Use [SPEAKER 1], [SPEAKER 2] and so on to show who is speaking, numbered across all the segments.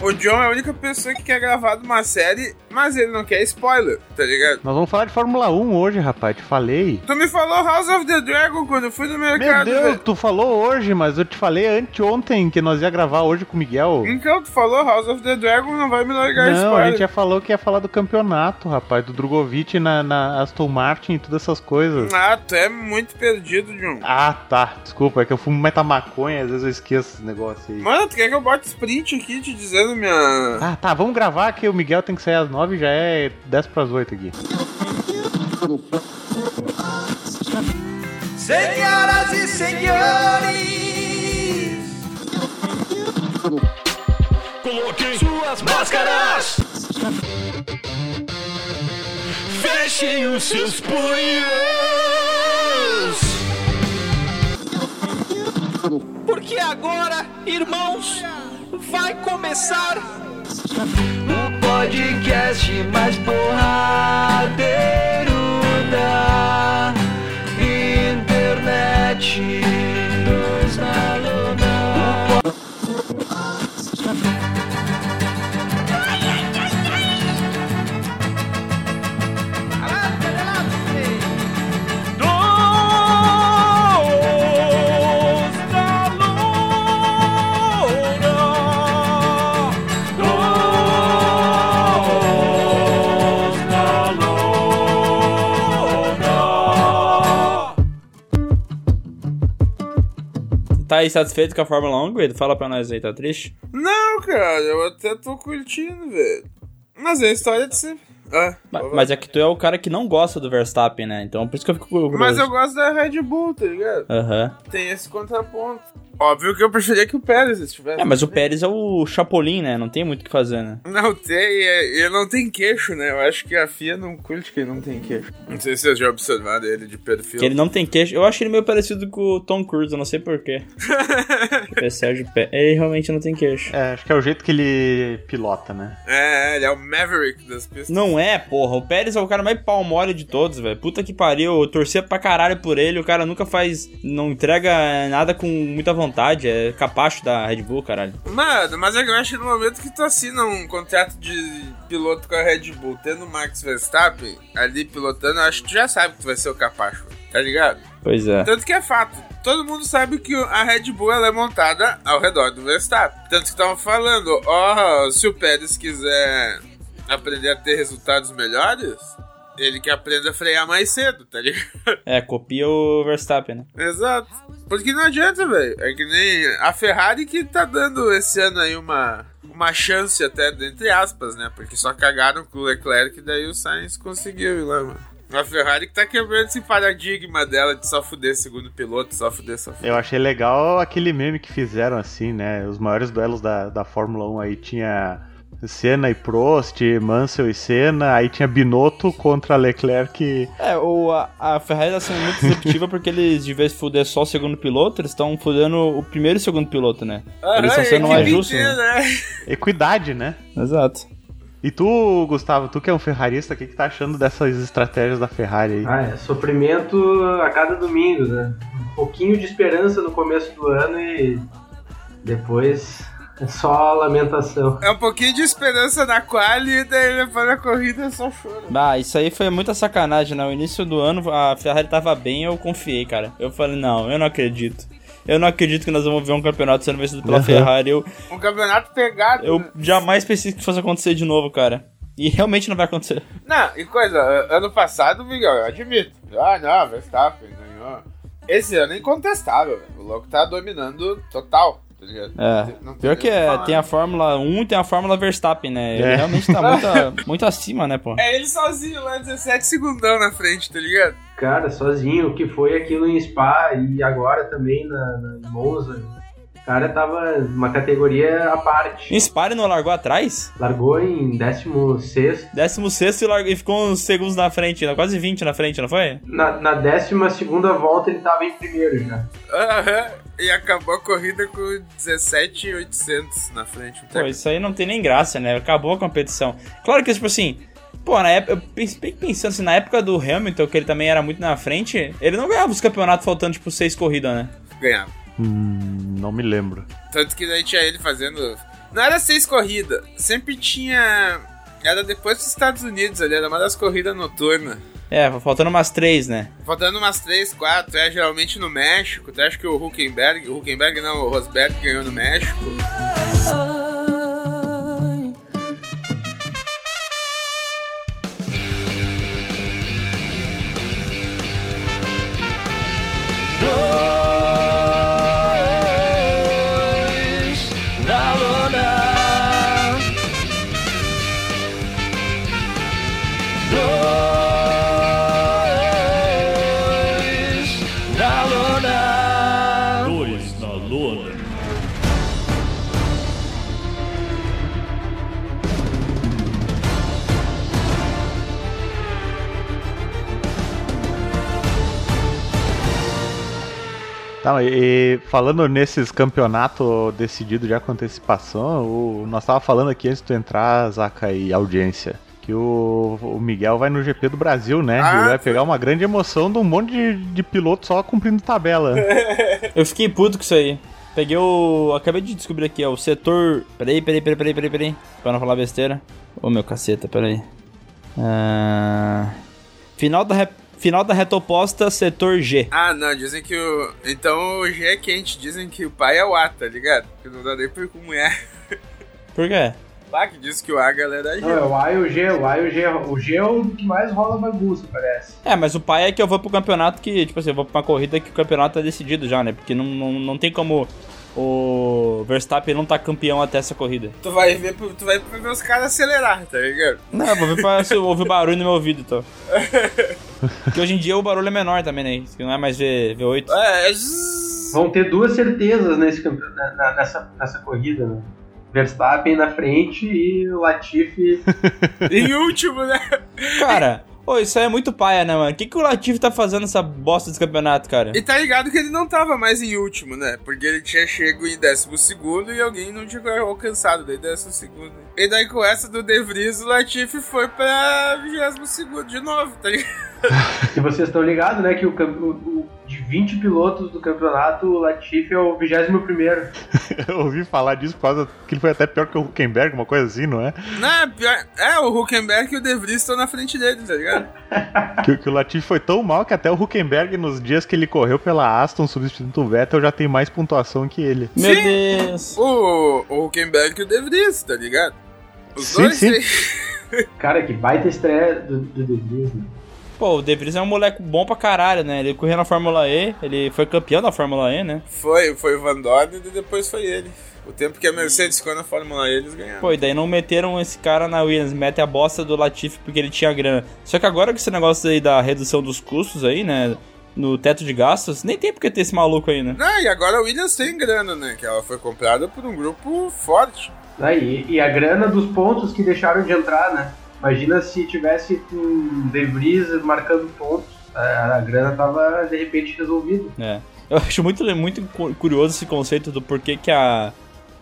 [SPEAKER 1] o John é a única pessoa que quer gravar de uma série, mas ele não quer spoiler, tá ligado?
[SPEAKER 2] Nós vamos falar de Fórmula 1 hoje, rapaz, te falei.
[SPEAKER 1] Tu me falou House of the Dragon quando eu fui no
[SPEAKER 2] Meu
[SPEAKER 1] mercado.
[SPEAKER 2] Deus,
[SPEAKER 1] velho.
[SPEAKER 2] tu falou hoje, mas eu te falei anteontem que nós ia gravar hoje com o Miguel.
[SPEAKER 1] Então, tu falou House of the Dragon, não vai me largar
[SPEAKER 2] Não, a
[SPEAKER 1] spoiler.
[SPEAKER 2] gente já falou que ia falar do campeonato, rapaz, do Drogovic na, na Aston Martin e todas essas coisas.
[SPEAKER 1] Ah, tu é muito perdido, John.
[SPEAKER 2] Ah, tá. Desculpa, é que eu fumo muita maconha, às vezes eu esqueço esses negócios aí.
[SPEAKER 1] Mano, tu quer que eu bote sprint aqui te dizendo minha.
[SPEAKER 2] Ah, tá, vamos gravar que o Miguel tem que sair às 9, já é 10 pras 8 aqui.
[SPEAKER 3] Senhoras e senhores, coloquem suas máscaras, fechem os seus punhos, porque agora, irmãos, vai começar o podcast mais porradeiro da internet nos aluna. Dos da lona. Dos da lona.
[SPEAKER 4] Tá aí satisfeito com a Fórmula 1, Guido? Fala pra nós aí, tá triste?
[SPEAKER 1] Não, cara, eu até tô curtindo, velho. Mas é a história de sempre. Ah,
[SPEAKER 4] Ma-
[SPEAKER 1] vou-
[SPEAKER 4] Mas é que tu é o cara que não gosta do Verstappen, né? Então por isso que eu fico curioso.
[SPEAKER 1] Mas eu gosto da Red Bull, tá ligado?
[SPEAKER 4] Aham.
[SPEAKER 1] Tem esse contraponto. Óbvio que eu preferia que o Pérez estivesse.
[SPEAKER 4] É, mas o Pérez é o Chapolin, né? Não tem muito o que fazer, né?
[SPEAKER 1] Não tem, é- ele não tem queixo, né? Eu acho que a FIA não curte quem não tem queixo. Não sei se vocês já observaram ele de perfil.
[SPEAKER 4] Que ele não tem queixo. Eu acho ele meio parecido com o Tom Cruise, eu não sei porquê. é Sérgio Pé. Ele realmente não tem queixo.
[SPEAKER 2] É, acho que é o jeito que ele pilota, né?
[SPEAKER 1] É, ele é o Maverick das pistas.
[SPEAKER 4] Não é, porra. O Pérez é o cara mais pau mole de todos, velho. Puta que pariu. Eu torcia pra caralho por ele. O cara nunca faz. Não entrega nada com muita vontade. É capacho da Red Bull, caralho.
[SPEAKER 1] Mano, mas é que eu acho que no momento que tu assina um contrato de piloto com a Red Bull, tendo o Max Verstappen ali pilotando, eu acho que tu já sabe que tu vai ser o capacho, tá ligado?
[SPEAKER 4] Pois é.
[SPEAKER 1] Tanto que é fato. Todo mundo sabe que a Red Bull ela é montada ao redor do Verstappen. Tanto que estavam falando, ó, se o Pérez quiser aprender a ter resultados melhores, ele que aprenda a frear mais cedo, tá ligado?
[SPEAKER 4] É, copia o Verstappen, né?
[SPEAKER 1] Exato. Porque não adianta, velho. É que nem a Ferrari que tá dando esse ano aí uma, uma chance até, entre aspas, né? Porque só cagaram com o Leclerc e daí o Sainz conseguiu ir lá, mano. A Ferrari que tá quebrando esse paradigma dela de só fuder segundo piloto, só fuder, só fuder.
[SPEAKER 2] Eu achei legal aquele meme que fizeram assim, né? Os maiores duelos da, da Fórmula 1 aí tinha Senna e Prost, Mansell e Senna, aí tinha Binotto contra Leclerc.
[SPEAKER 4] É, o, a, a Ferrari tá sendo muito disruptiva porque eles, de vez de fuder só o segundo piloto, eles estão fudendo o primeiro e o segundo piloto, né? eles estão sendo mais justos. Né?
[SPEAKER 2] Equidade, né?
[SPEAKER 4] Exato.
[SPEAKER 2] E tu, Gustavo, tu que é um ferrarista, o que, que tá achando dessas estratégias da Ferrari aí?
[SPEAKER 5] Ah, é sofrimento a cada domingo, né? Um pouquinho de esperança no começo do ano e depois é só lamentação.
[SPEAKER 1] É um pouquinho de esperança na quali e daí depois da corrida só chora.
[SPEAKER 4] Ah, isso aí foi muita sacanagem, né? No início do ano a Ferrari tava bem eu confiei, cara. Eu falei, não, eu não acredito. Eu não acredito que nós vamos ver um campeonato sendo vencido pela
[SPEAKER 2] Aham.
[SPEAKER 4] Ferrari. Eu,
[SPEAKER 1] Um campeonato pegado.
[SPEAKER 4] eu
[SPEAKER 1] né?
[SPEAKER 4] jamais pensei que fosse acontecer de novo, cara. E realmente não vai acontecer.
[SPEAKER 1] Não, e coisa, ano passado, Miguel, eu admito. Ah, não, Verstappen ganhou. Esse ano é incontestável, velho. O louco tá dominando total, tá ligado?
[SPEAKER 4] É.
[SPEAKER 1] Não tem
[SPEAKER 4] Pior
[SPEAKER 1] nem
[SPEAKER 4] que
[SPEAKER 1] o
[SPEAKER 4] é,
[SPEAKER 1] falar.
[SPEAKER 4] tem a Fórmula 1 e tem a Fórmula Verstappen, né? Ele
[SPEAKER 2] É.
[SPEAKER 4] realmente tá muito, muito acima, né, pô?
[SPEAKER 1] É ele sozinho lá, 17 segundão na frente, tá ligado?
[SPEAKER 5] Cara, sozinho, o que foi aquilo em Spa e agora também na, na em Monza. O cara tava uma categoria à parte.
[SPEAKER 4] E Spare não largou atrás?
[SPEAKER 5] Largou em 16
[SPEAKER 4] Décimo sexto e, largou- e ficou uns segundos na frente, né? quase 20 na frente, não foi?
[SPEAKER 5] Na, na 12 volta ele tava em primeiro já.
[SPEAKER 1] Aham. E acabou a corrida com 17,800 na frente. um
[SPEAKER 4] Pô, isso aí não tem nem graça, né? Acabou a competição. Claro que, tipo assim, pô, na época, eu pense- fiquei pensando assim, na época do Hamilton, que ele também era muito na frente, ele não ganhava os campeonatos faltando, tipo, seis corridas, né?
[SPEAKER 1] Ganhava.
[SPEAKER 2] Hum, não me lembro.
[SPEAKER 1] Tanto que daí tinha ele fazendo Não era seis corridas, sempre tinha. Era depois dos Estados Unidos ali, era uma das corridas noturnas.
[SPEAKER 4] É, faltando umas três, né?
[SPEAKER 1] Faltando umas três, quatro, é geralmente no México. Até acho que o Huckenberg, o Huckenberg não, o Rosberg ganhou no México.
[SPEAKER 3] Dois na lona.
[SPEAKER 2] Tá, e e falando nesses campeonatos decididos já com antecipação, o, nós tava falando aqui antes de tu entrar, Zaca e audiência, que o, o Miguel vai no GP do Brasil, né?
[SPEAKER 1] Ah,
[SPEAKER 2] e vai
[SPEAKER 1] sim.
[SPEAKER 2] pegar uma grande emoção de um monte de, de piloto só cumprindo tabela.
[SPEAKER 1] É.
[SPEAKER 4] Eu fiquei puto com isso aí. Peguei o. Acabei de descobrir aqui, ó. O setor. Peraí, peraí, peraí, peraí, peraí, peraí. Pra não falar besteira. Ô meu caceta, peraí. Ah, Final da, re- Final da reta oposta, setor G.
[SPEAKER 1] Ah, não, dizem que o. Então o G é quente, dizem que o pai é o A, tá ligado? Que não dá nem pra ir com mulher.
[SPEAKER 4] Por quê?
[SPEAKER 1] Lá que diz que o A a galera é
[SPEAKER 5] Não, é
[SPEAKER 1] G.
[SPEAKER 5] o A e o G, o A e o G. O G é o que mais rola bagunça, parece.
[SPEAKER 4] É, mas o pai é que eu vou pro campeonato que, tipo assim, eu vou pra uma corrida que o campeonato tá decidido já, né? Porque não, não, não tem como o Verstappen não tá campeão até essa corrida.
[SPEAKER 1] Tu vai ver, pro- tu vai ver os caras acelerar, tá ligado?
[SPEAKER 4] Não, eu vou ver pra se eu ouvir barulho no meu ouvido, então. Porque hoje em dia o barulho é menor também, né? Que não é mais V, V8.
[SPEAKER 1] É, é zzz.
[SPEAKER 5] Vão ter duas certezas nesse campe- na- na- nessa, nessa corrida, né? Verstappen na frente e o Latifi.
[SPEAKER 1] em último, né?
[SPEAKER 4] Cara, ô, isso aí é muito paia, né, mano? O que, que o Latif tá fazendo nessa bosta desse campeonato, cara?
[SPEAKER 1] E tá ligado que ele não tava mais em último, né? Porque ele tinha chego em décimo segundo e alguém não tinha alcançado, daí décimo segundo. E daí com essa do De Vries, o Latifi foi pra vigésimo segundo de novo, tá ligado?
[SPEAKER 5] e vocês estão ligados, né? Que o, cam- o, o- de 20 pilotos do campeonato, o Latifi é o 21.
[SPEAKER 2] Eu ouvi falar disso por causa que ele foi até pior que o Huckenberg, uma coisa assim, não é?
[SPEAKER 1] Não, é pior- é, o Huckenberg e o De Vries estão na frente dele, tá ligado?
[SPEAKER 2] Que, que o Latifi foi tão mal que até o Huckenberg, nos dias que ele correu pela Aston, substituindo o Vettel, já tem mais pontuação que ele.
[SPEAKER 4] Meu Deus.
[SPEAKER 1] O, o Huckenberg e o De Vries, tá ligado? Os
[SPEAKER 2] Sim,
[SPEAKER 1] dois,
[SPEAKER 2] sim.
[SPEAKER 1] hein?
[SPEAKER 5] Cara, que baita estreia do, do De Vries, né?
[SPEAKER 4] Pô, o De Vries é um moleque bom pra caralho, né? Ele correu na Fórmula E, ele foi campeão da Fórmula E, né?
[SPEAKER 1] Foi, foi o Van Dorn e depois foi ele. O tempo que a Mercedes ficou na Fórmula E, eles ganharam.
[SPEAKER 4] Pô, e daí não meteram esse cara na Williams, mete a bosta do Latifi porque ele tinha grana. Só que agora com esse negócio aí da redução dos custos aí, né? No teto de gastos, nem tem porque ter esse maluco aí, né?
[SPEAKER 1] Não, e agora a Williams tem grana, né? Que ela foi comprada por um grupo forte.
[SPEAKER 5] Aí, Ah, e a grana dos pontos que deixaram de entrar, né? Imagina se tivesse com De Vries marcando pontos. É, A, a grana tava de repente resolvida.
[SPEAKER 4] É. Eu acho muito, muito cu- curioso esse conceito do porquê que a,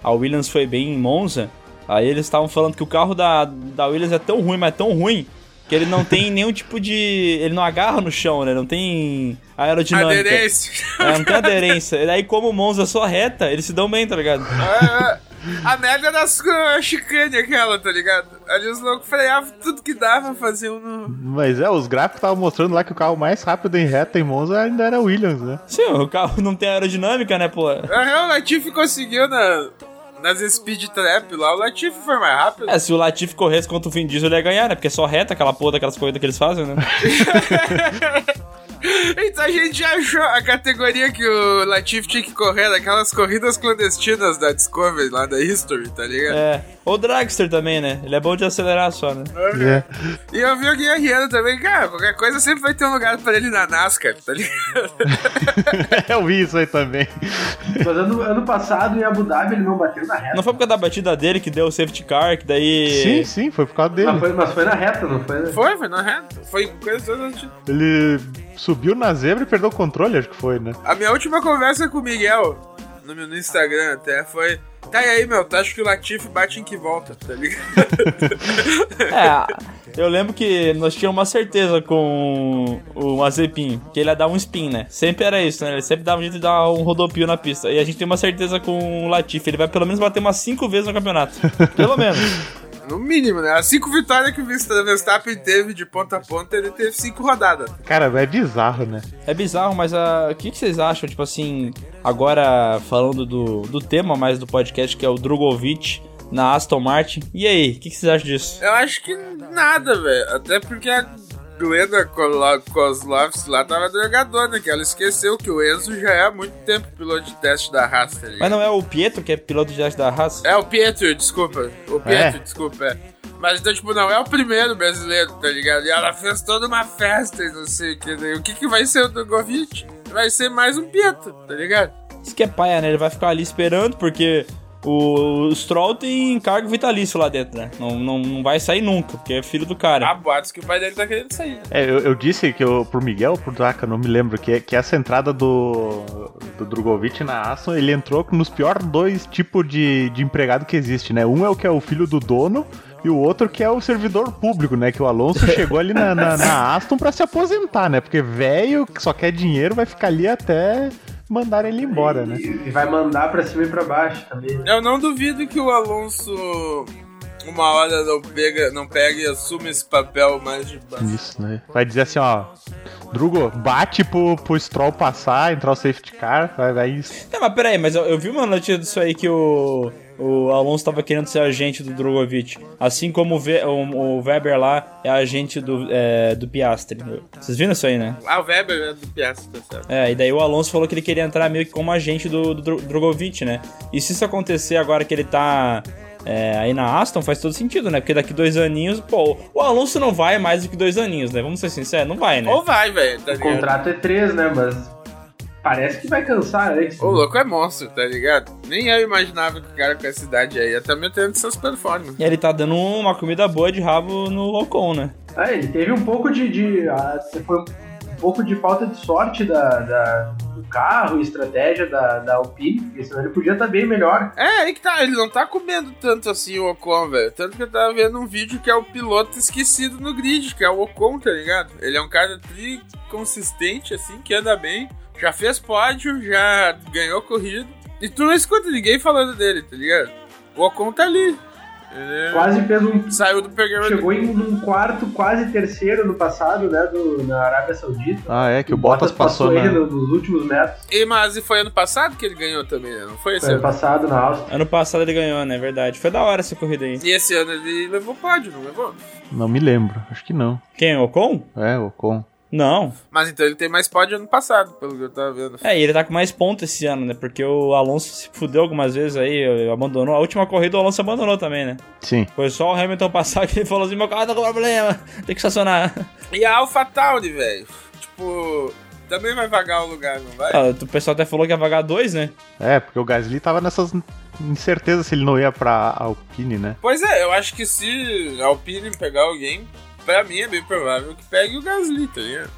[SPEAKER 4] a Williams foi bem em Monza. Aí eles estavam falando que o carro da, da Williams é tão ruim, mas é tão ruim, que ele não tem nenhum tipo de. Ele não agarra no chão, né? Não tem aerodinâmica.
[SPEAKER 1] Aderência.
[SPEAKER 4] É, não tem aderência. E daí, como o Monza é só reta, eles se dão bem, tá ligado?
[SPEAKER 1] Ah, A merda das a chicane aquela, tá ligado? Ali os loucos freavam tudo que dava, faziam no.
[SPEAKER 2] Mas é, os gráficos estavam mostrando lá que o carro mais rápido em reta em Monza ainda era o Williams, né?
[SPEAKER 4] Sim, o carro não tem aerodinâmica, né, pô?
[SPEAKER 1] Ah, O Latifi conseguiu na, nas speed trap lá, o Latifi foi mais rápido.
[SPEAKER 4] É, se o Latifi corresse contra o Vin Diesel, ele ia ganhar, né? Porque é só reta aquela porra daquelas corridas que eles fazem, né?
[SPEAKER 1] Então a gente achou a categoria que o Latifi tinha que correr, daquelas corridas clandestinas da Discovery lá da History, tá ligado?
[SPEAKER 4] É. Ou o Dragster também, né? Ele é bom de acelerar só, né?
[SPEAKER 2] É.
[SPEAKER 1] E eu vi o Guerreiro também, cara, qualquer coisa sempre vai ter um lugar pra ele na NASCAR, tá ligado?
[SPEAKER 2] Eu vi isso aí também.
[SPEAKER 5] Mas ano, ano passado em Abu Dhabi ele não bateu na reta.
[SPEAKER 4] Não foi por causa da batida dele que deu o safety car, que daí.
[SPEAKER 2] Sim, sim, foi por causa dele.
[SPEAKER 5] Mas Ah, foi, mas foi na reta, não foi? né?
[SPEAKER 1] Foi, foi na reta. Foi coisa toda.
[SPEAKER 2] Ele subiu na zebra e perdeu o controle, acho que foi, né?
[SPEAKER 1] A minha última conversa com o Miguel, no meu no Instagram até, foi. Tá e aí, meu, tu acha que o Latifi bate em que volta, tá ligado?
[SPEAKER 4] É. Eu lembro que nós tínhamos uma certeza com o o Mazepin, que ele ia dar um spin, né? Sempre era isso, né? Ele sempre dava um jeito de dar um rodopio na pista. E a gente tem uma certeza com o Latifi, ele vai pelo menos bater umas 5 vezes no campeonato. Pelo menos.
[SPEAKER 1] No mínimo, né? As cinco vitórias que o Verstappen teve de ponta a ponta, ele teve cinco rodadas.
[SPEAKER 2] Cara, é bizarro, né?
[SPEAKER 4] É bizarro, mas ah, o que, que vocês acham? Tipo assim, agora falando do, do tema mais do podcast, que é o Drogovic na Aston Martin. E aí, o que, que vocês acham disso?
[SPEAKER 1] Eu acho que nada, velho. Até porque a Glenda Kolo- Kozlovski lá tava drogadona, que ela esqueceu que o Enzo já é há muito tempo piloto de teste da raça. Tá
[SPEAKER 4] Mas
[SPEAKER 1] ligado?
[SPEAKER 4] não é o Pietro, que é piloto de arte da Haas?
[SPEAKER 1] É o Pietro, desculpa. O Pietro,
[SPEAKER 2] É?
[SPEAKER 1] desculpa, é. Mas então, tipo, não é o primeiro brasileiro, tá ligado? E ela fez toda uma festa e não sei o que. daí O que, que vai ser o Drogovic? Vai ser mais um Pietro, tá ligado?
[SPEAKER 4] Isso que é paia, né? Ele vai ficar ali esperando, porque o Stroll tem cargo vitalício lá dentro, né? Não, não, não vai sair nunca, porque é filho do
[SPEAKER 1] Há
[SPEAKER 4] cara.
[SPEAKER 1] boatos que o pai dele tá querendo sair.
[SPEAKER 2] É, eu, eu disse que eu, pro Miguel, pro Draca, não me lembro, que, que essa entrada do, do Drogovic na Aston, ele entrou nos piores dois tipos de, de empregado que existe, né? Um é o que é o filho do dono e o outro que é o servidor público, né? Que o Alonso chegou ali na, na- na Aston pra se aposentar, né? Porque velho que só quer dinheiro vai ficar ali até mandar ele embora, né?
[SPEAKER 5] E, e vai mandar pra cima e pra baixo também. né?
[SPEAKER 1] Eu não duvido que o Alonso uma hora não pega, não pega e assume esse papel mais de base.
[SPEAKER 2] Isso, né? Vai dizer assim, ó. Drugo, bate pro, pro Stroll passar, entrar o safety car, vai, vai isso.
[SPEAKER 4] Não, mas peraí, mas eu, eu vi uma notícia disso aí que o, o Alonso tava querendo ser agente do Drogovic. Assim como o, Ve- o- o Weber lá é agente do, é, do Piastri. Vocês viram isso aí, né?
[SPEAKER 1] Ah, o Weber é do Piastri, tá certo?
[SPEAKER 4] É, e daí o Alonso falou que ele queria entrar meio que como agente do, do Dro- Drogovic, né? E se isso acontecer agora que ele tá é, aí na Aston, faz todo sentido, né? Porque daqui dois aninhos, pô, o Alonso não vai mais do que dois aninhos, né? Vamos ser sinceros, não vai, né?
[SPEAKER 1] Ou vai, velho, tá
[SPEAKER 5] O
[SPEAKER 1] ligado?
[SPEAKER 5] contrato é três, né? Mas parece que vai cansar antes.
[SPEAKER 1] O louco é monstro, tá ligado? Nem eu imaginava que o cara com essa idade aí ia tá metendo essas performances.
[SPEAKER 4] E ele tá dando uma comida boa de rabo no Ocon, né?
[SPEAKER 5] Ah, ele teve um pouco de. de ah, foi um pouco de falta de sorte da, da- do carro e estratégia da, da Alpine, porque senão ele podia estar bem melhor.
[SPEAKER 1] É, aí que tá, ele não tá comendo tanto assim o Ocon, velho. Tanto que eu tava vendo um vídeo que é o piloto esquecido no grid, que é o Ocon, tá ligado? Ele é um cara tri consistente, assim, que anda bem. Já fez pódio, já ganhou corrida. E tu não escuta ninguém falando dele, tá ligado? O Ocon tá ali. Ele
[SPEAKER 5] Quase fez um.
[SPEAKER 1] saiu do programa do
[SPEAKER 5] Chegou em um quarto, quase terceiro no passado, né? Do, na Arábia Saudita.
[SPEAKER 2] Ah, é, que o
[SPEAKER 5] E
[SPEAKER 2] Bottas passou
[SPEAKER 5] ele
[SPEAKER 2] na...
[SPEAKER 5] no- nos últimos metros.
[SPEAKER 1] E, mas e foi ano passado que ele ganhou também, né? Não foi esse
[SPEAKER 5] Foi
[SPEAKER 1] ano?
[SPEAKER 5] ano passado na Áustria.
[SPEAKER 4] Ano passado ele ganhou, né? Verdade. Foi da hora essa corrida aí.
[SPEAKER 1] E esse ano ele levou pódio, não levou?
[SPEAKER 2] Não me lembro, acho que não.
[SPEAKER 4] Quem? O Ocon?
[SPEAKER 2] É, Ocon.
[SPEAKER 4] Não.
[SPEAKER 1] Mas então ele tem mais pódio ano passado, pelo que eu tava vendo.
[SPEAKER 4] É, e ele tá com mais ponto esse ano, né? Porque o Alonso se fudeu algumas vezes aí, abandonou. A última corrida o Alonso abandonou também, né?
[SPEAKER 2] Sim.
[SPEAKER 4] Foi só o Hamilton passar que ele falou assim: meu carro tá com problema, tem que estacionar.
[SPEAKER 1] E a AlphaTauri, velho. Tipo, também vai vagar o lugar, não vai?
[SPEAKER 4] Ah, o pessoal até falou que ia vagar dois, né?
[SPEAKER 2] É, porque o Gasly tava nessas incertezas se ele não ia pra Alpine, né?
[SPEAKER 1] Pois é, eu acho que se a Alpine pegar alguém, pra mim é bem provável que pegue o Gasly, tá ligado?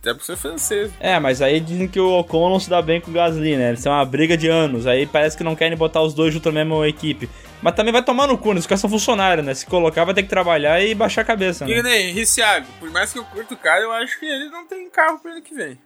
[SPEAKER 1] Até por ser francês. né?
[SPEAKER 4] É, mas aí dizem que o Ocon não se dá bem com o Gasly, né? Eles têm uma briga de anos. Aí parece que não querem botar os dois junto na mesma equipe. Mas também vai tomar no cu, né? Os caras são funcionários, né? Se colocar, vai ter que trabalhar e baixar a cabeça,
[SPEAKER 1] E
[SPEAKER 4] né?
[SPEAKER 1] nem Ricciardo, por mais que eu curto o cara, eu acho que ele não tem carro pra ano que vem.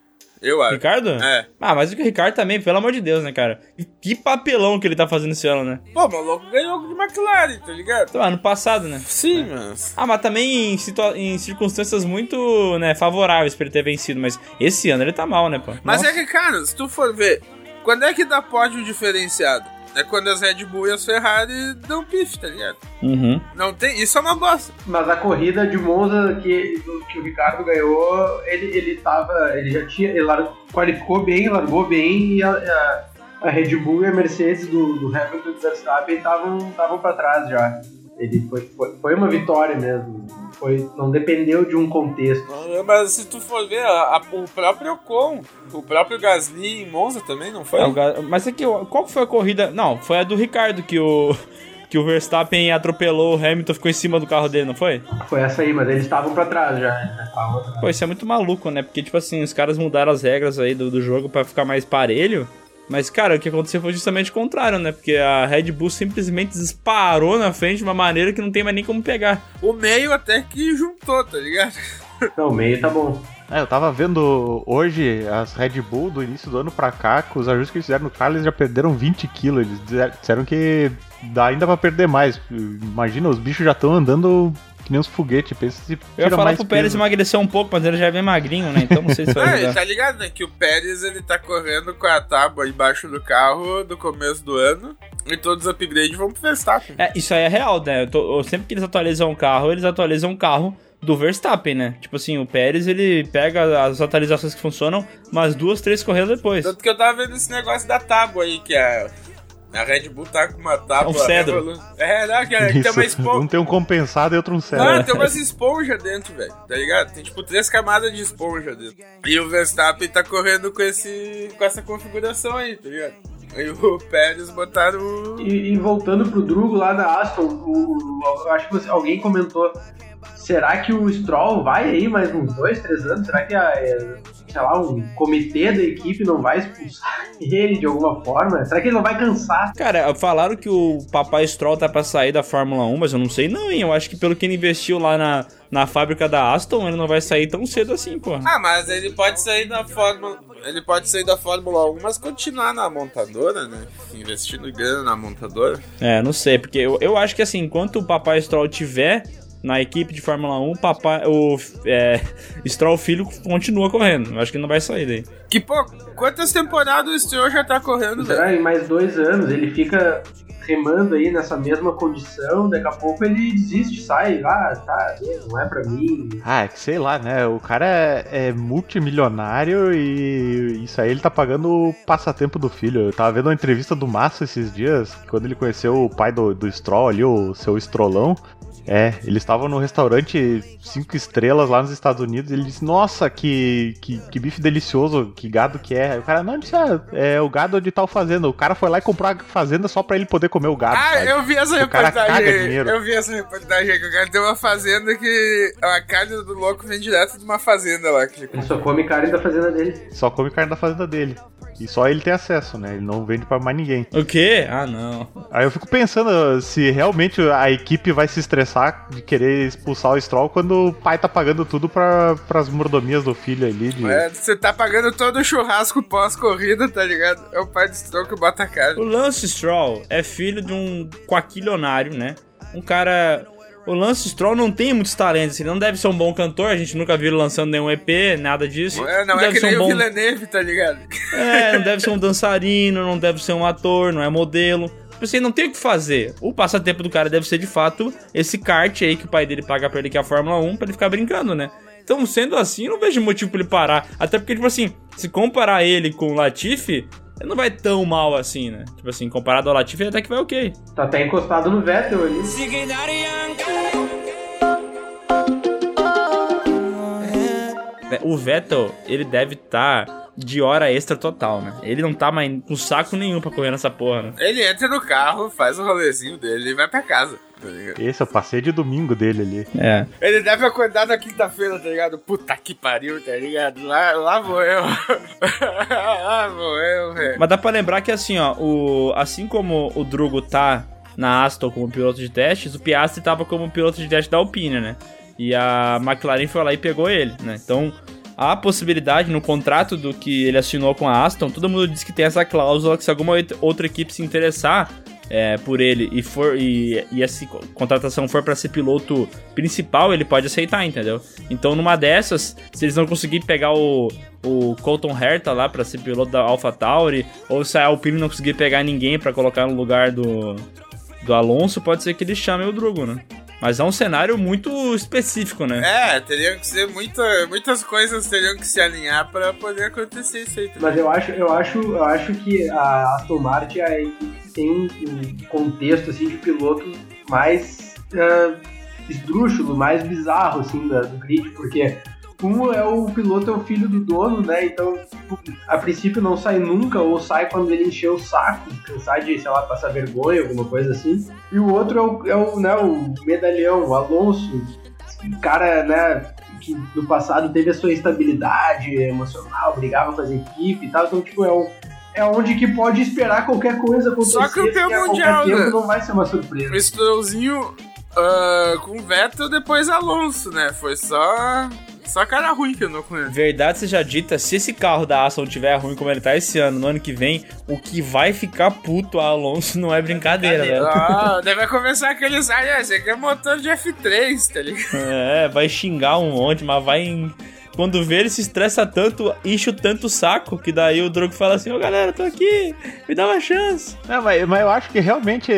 [SPEAKER 1] Eu acho.
[SPEAKER 4] Ricardo?
[SPEAKER 1] É.
[SPEAKER 4] Ah, mas o Ricardo também, pelo amor de Deus, né, cara? E que papelão que ele tá fazendo esse ano, né?
[SPEAKER 1] É. Pô, o maluco ganhou de McLaren, tá ligado?
[SPEAKER 4] Então, ano passado, né?
[SPEAKER 1] Sim, mas.
[SPEAKER 4] Ah, mas também em, situa- em circunstâncias muito, né, favoráveis pra ele ter vencido. Mas esse ano ele tá mal, né, pô?
[SPEAKER 1] Mas
[SPEAKER 4] Nossa.
[SPEAKER 1] é que, cara, se tu for ver, quando é que dá pódio diferenciado? É quando as Red Bull e as Ferrari dão pife, tá ligado?
[SPEAKER 4] Uhum.
[SPEAKER 1] Não tem. Isso é uma bosta.
[SPEAKER 5] Mas a corrida de Monza que, que o Ricardo ganhou, ele, ele tava. Ele já tinha. Ele largou, qualificou bem, largou bem e a, a- a Red Bull e a Mercedes do, do Hamilton e do Verstappen estavam pra trás já. Ele foi, foi, foi uma vitória mesmo. Foi, não dependeu de um contexto.
[SPEAKER 1] Mas se tu for ver, a- a- o próprio Ocon, o próprio Gasly em Monza também, não foi?
[SPEAKER 4] É, o Ga- Mas é que o- qual que foi a corrida? Não, foi a do Ricardo que o que o Verstappen atropelou o Hamilton, ficou em cima do carro dele, não foi?
[SPEAKER 5] Foi essa aí, mas eles estavam pra trás já. né? eles já estavam atrás.
[SPEAKER 4] Pô, isso é muito maluco, né? Porque tipo assim, os caras mudaram as regras aí do, do jogo pra ficar mais parelho. Mas, cara, o que aconteceu foi justamente o contrário, né? Porque a Red Bull simplesmente disparou na frente de uma maneira que não tem mais nem como pegar.
[SPEAKER 1] O meio até que juntou, tá ligado?
[SPEAKER 5] Não, meio tá bom.
[SPEAKER 2] É, eu tava vendo hoje as Red Bull do início do ano pra cá, que os ajustes que eles fizeram no carro, eles já perderam 20 quilos. Eles dizer- disseram que dá ainda pra perder mais. Imagina, os bichos já estão andando que nem uns foguetes. Pensa se
[SPEAKER 4] Eu ia
[SPEAKER 2] tira
[SPEAKER 4] falar
[SPEAKER 2] mais
[SPEAKER 4] pro Pérez
[SPEAKER 2] peso.
[SPEAKER 4] emagrecer um pouco, mas ele já é bem magrinho, né? Então não sei se vai
[SPEAKER 1] Ah, e
[SPEAKER 4] ajudar.
[SPEAKER 1] tá ligado, né? Que o Pérez ele tá correndo com a tábua embaixo do carro do começo do ano. E todos os upgrades vão pro Verstappen.
[SPEAKER 4] É, isso aí é real, né? Eu tô- eu- sempre que eles atualizam um carro, eles atualizam um carro do Verstappen, né? Tipo assim, o Pérez, ele pega as atualizações que funcionam, mas duas, três corridas depois.
[SPEAKER 1] Tanto que eu tava vendo esse negócio da tábua aí, que a, a Red Bull tá com uma tábua.
[SPEAKER 4] É um cedro.
[SPEAKER 1] revolu- É, não, que, que tem uma
[SPEAKER 2] Isso. Um
[SPEAKER 1] esponja.
[SPEAKER 2] tem um compensado e outro um sério.
[SPEAKER 1] Não, Ah, tem umas esponjas dentro, velho. Tá ligado? Tem tipo três camadas de esponja dentro. E o Verstappen tá correndo com, esse, com essa configuração aí, tá ligado? E o Pérez botaram. o-
[SPEAKER 5] E, e voltando pro Drugo lá da Aston, o- o- eu acho que você- alguém comentou. Será que o Stroll vai aí mais uns dois, três anos? Será que a, é, sei lá, um comitê da equipe não vai expulsar ele de alguma forma? Será que ele não vai cansar?
[SPEAKER 4] Cara, falaram que o papai Stroll tá pra sair da Fórmula 1, mas eu não sei não, hein? Eu acho que pelo que ele investiu lá na, na fábrica da Aston, ele não vai sair tão cedo assim, pô.
[SPEAKER 1] Ah, mas ele pode sair da Fórmula. Ele pode sair da Fórmula 1, mas continuar na montadora, né? Investindo grana na montadora.
[SPEAKER 4] É, não sei, porque eu, eu acho que assim, enquanto o papai Stroll tiver na equipe de Fórmula 1, o papai, o é, Stroll filho continua correndo. Eu acho que ele não vai sair daí.
[SPEAKER 1] Que, pô, quantas temporadas o senhor já tá correndo, velho?
[SPEAKER 5] Será que em mais dois anos ele fica remando aí nessa mesma condição? Daqui a pouco ele desiste, sai, ah, tá, não é pra mim.
[SPEAKER 2] Ah, é que sei lá, né? O cara é, é multimilionário e isso aí ele tá pagando o passatempo do filho. Eu tava vendo uma entrevista do Massa esses dias, quando ele conheceu o pai do, do Stroll ali, o seu Strollão. É, eles estavam no restaurante cinco estrelas lá nos Estados Unidos e ele disse, nossa, que, que, que bife delicioso, que gado que é. Aí o cara, não, disse, ah, é o gado de tal fazenda. O cara foi lá e comprou a fazenda só pra ele poder comer o gado.
[SPEAKER 1] Ah,
[SPEAKER 2] sabe?
[SPEAKER 1] eu vi essa
[SPEAKER 2] O cara
[SPEAKER 1] reportagem.
[SPEAKER 2] caga dinheiro.
[SPEAKER 1] Eu vi essa reportagem aí, que o cara tem uma fazenda que. A carne do louco vem direto de uma fazenda lá. Que...
[SPEAKER 5] Ele só come carne da fazenda dele.
[SPEAKER 2] Só come carne da fazenda dele. E só ele tem acesso, né? Ele não vende pra mais ninguém.
[SPEAKER 4] O quê? Ah, não.
[SPEAKER 2] Aí eu fico pensando ah, se realmente a equipe vai se estressar de querer expulsar o Stroll quando o pai tá pagando tudo pra, pras mordomias do filho ali. De...
[SPEAKER 1] É, você tá pagando todo o churrasco pós-corrida, tá ligado? É o pai do Stroll que bota a carne.
[SPEAKER 4] O Lance Stroll é filho de um quaquilionário, né? Um cara. O Lance Stroll não tem muitos talentos, ele não deve ser um bom cantor, a gente nunca viu ele lançando nenhum EP, nada disso.
[SPEAKER 1] É, não é
[SPEAKER 4] deve
[SPEAKER 1] que
[SPEAKER 4] ser
[SPEAKER 1] nem
[SPEAKER 4] um
[SPEAKER 1] o
[SPEAKER 4] bom-
[SPEAKER 1] Villeneuve, tá ligado?
[SPEAKER 4] É, não deve ser um dançarino, não deve ser um ator, não é modelo. Tipo assim, não tem o que fazer. O passatempo do cara deve ser, de fato, esse kart aí que o pai dele paga pra ele, que é a Fórmula 1, pra ele ficar brincando, né? Então, sendo assim, eu não vejo motivo pra ele parar. Até porque, tipo assim, se comparar ele com o Latifi, ele não vai tão mal assim, né? Tipo assim, comparado ao Latifi, ele até que vai ok.
[SPEAKER 5] Tá até encostado no Vettel ali.
[SPEAKER 4] Né, O Vettel, ele deve estar de hora extra total, né? Ele não tá mais com saco nenhum pra correr nessa porra, né?
[SPEAKER 1] Ele entra no carro, faz o rolezinho dele e vai pra casa. Tá ligado?
[SPEAKER 2] Esse eu passei de domingo dele ali.
[SPEAKER 4] É.
[SPEAKER 1] Ele deve acordar na quinta-feira, tá ligado? Puta que pariu, tá ligado? Lá, lá vou eu. lá vou eu, velho.
[SPEAKER 4] Mas dá pra lembrar que assim, ó, o, assim como o Drugo tá na Aston como piloto de testes, o Piastri tava como piloto de teste da Alpine, né? E a McLaren foi lá e pegou ele, né? Então, há a possibilidade no contrato do que ele assinou com a Aston, todo mundo diz que tem essa cláusula que se alguma oit- outra equipe se interessar é, por ele e for e, e essa co- contratação for pra ser piloto principal, ele pode aceitar, entendeu? Então, numa dessas, se eles não conseguirem pegar o, o Colton Herta lá pra ser piloto da AlphaTauri, ou se a Alpine não conseguir pegar ninguém pra colocar no lugar do, do Alonso, pode ser que eles chamem o Drogo, né? Mas é um cenário muito específico, né?
[SPEAKER 1] É, teriam que ser muita, muitas coisas teriam que se alinhar pra poder acontecer isso aí. tá ligado?
[SPEAKER 5] Mas eu acho, eu acho, eu acho que a Aston Martin é a equipe que tem um contexto assim de piloto mais ah, esdrúxulo, mais bizarro assim da- do grid, porque um é o piloto é o filho do dono, né? Então, tipo, a princípio não sai nunca ou sai quando ele encher o saco, cansar de, sei lá, passar vergonha, alguma coisa assim. E o outro é o, é o, né, o medalhão, o Alonso, um cara, né, que no passado teve a sua estabilidade emocional, brigava com as equipes e tal. Então, tipo, é um, é onde que pode esperar qualquer coisa acontecer.
[SPEAKER 1] Só campeão
[SPEAKER 5] porque a
[SPEAKER 1] mundial,
[SPEAKER 5] qualquer tempo
[SPEAKER 1] né?
[SPEAKER 5] não vai ser uma surpresa.
[SPEAKER 1] Misturãozinho ah, com Vettel, depois Alonso, né? Foi só. Só cara ruim que andou com ele.
[SPEAKER 4] Verdade seja dita, se esse carro da Aston tiver ruim como ele tá esse ano, no ano que vem, o que vai ficar puto a Alonso não é brincadeira, velho.
[SPEAKER 1] Ah, daí vai começar aqueles. Ah, é, esse aqui é motor de F3, tá ligado?
[SPEAKER 4] É, vai xingar um monte, mas vai em... Quando vê, ele se estressa tanto, enche o tanto o saco, que daí o Drogo fala assim, ô galera, tô aqui, me dá uma chance.
[SPEAKER 2] Não, mas, mas eu acho que realmente,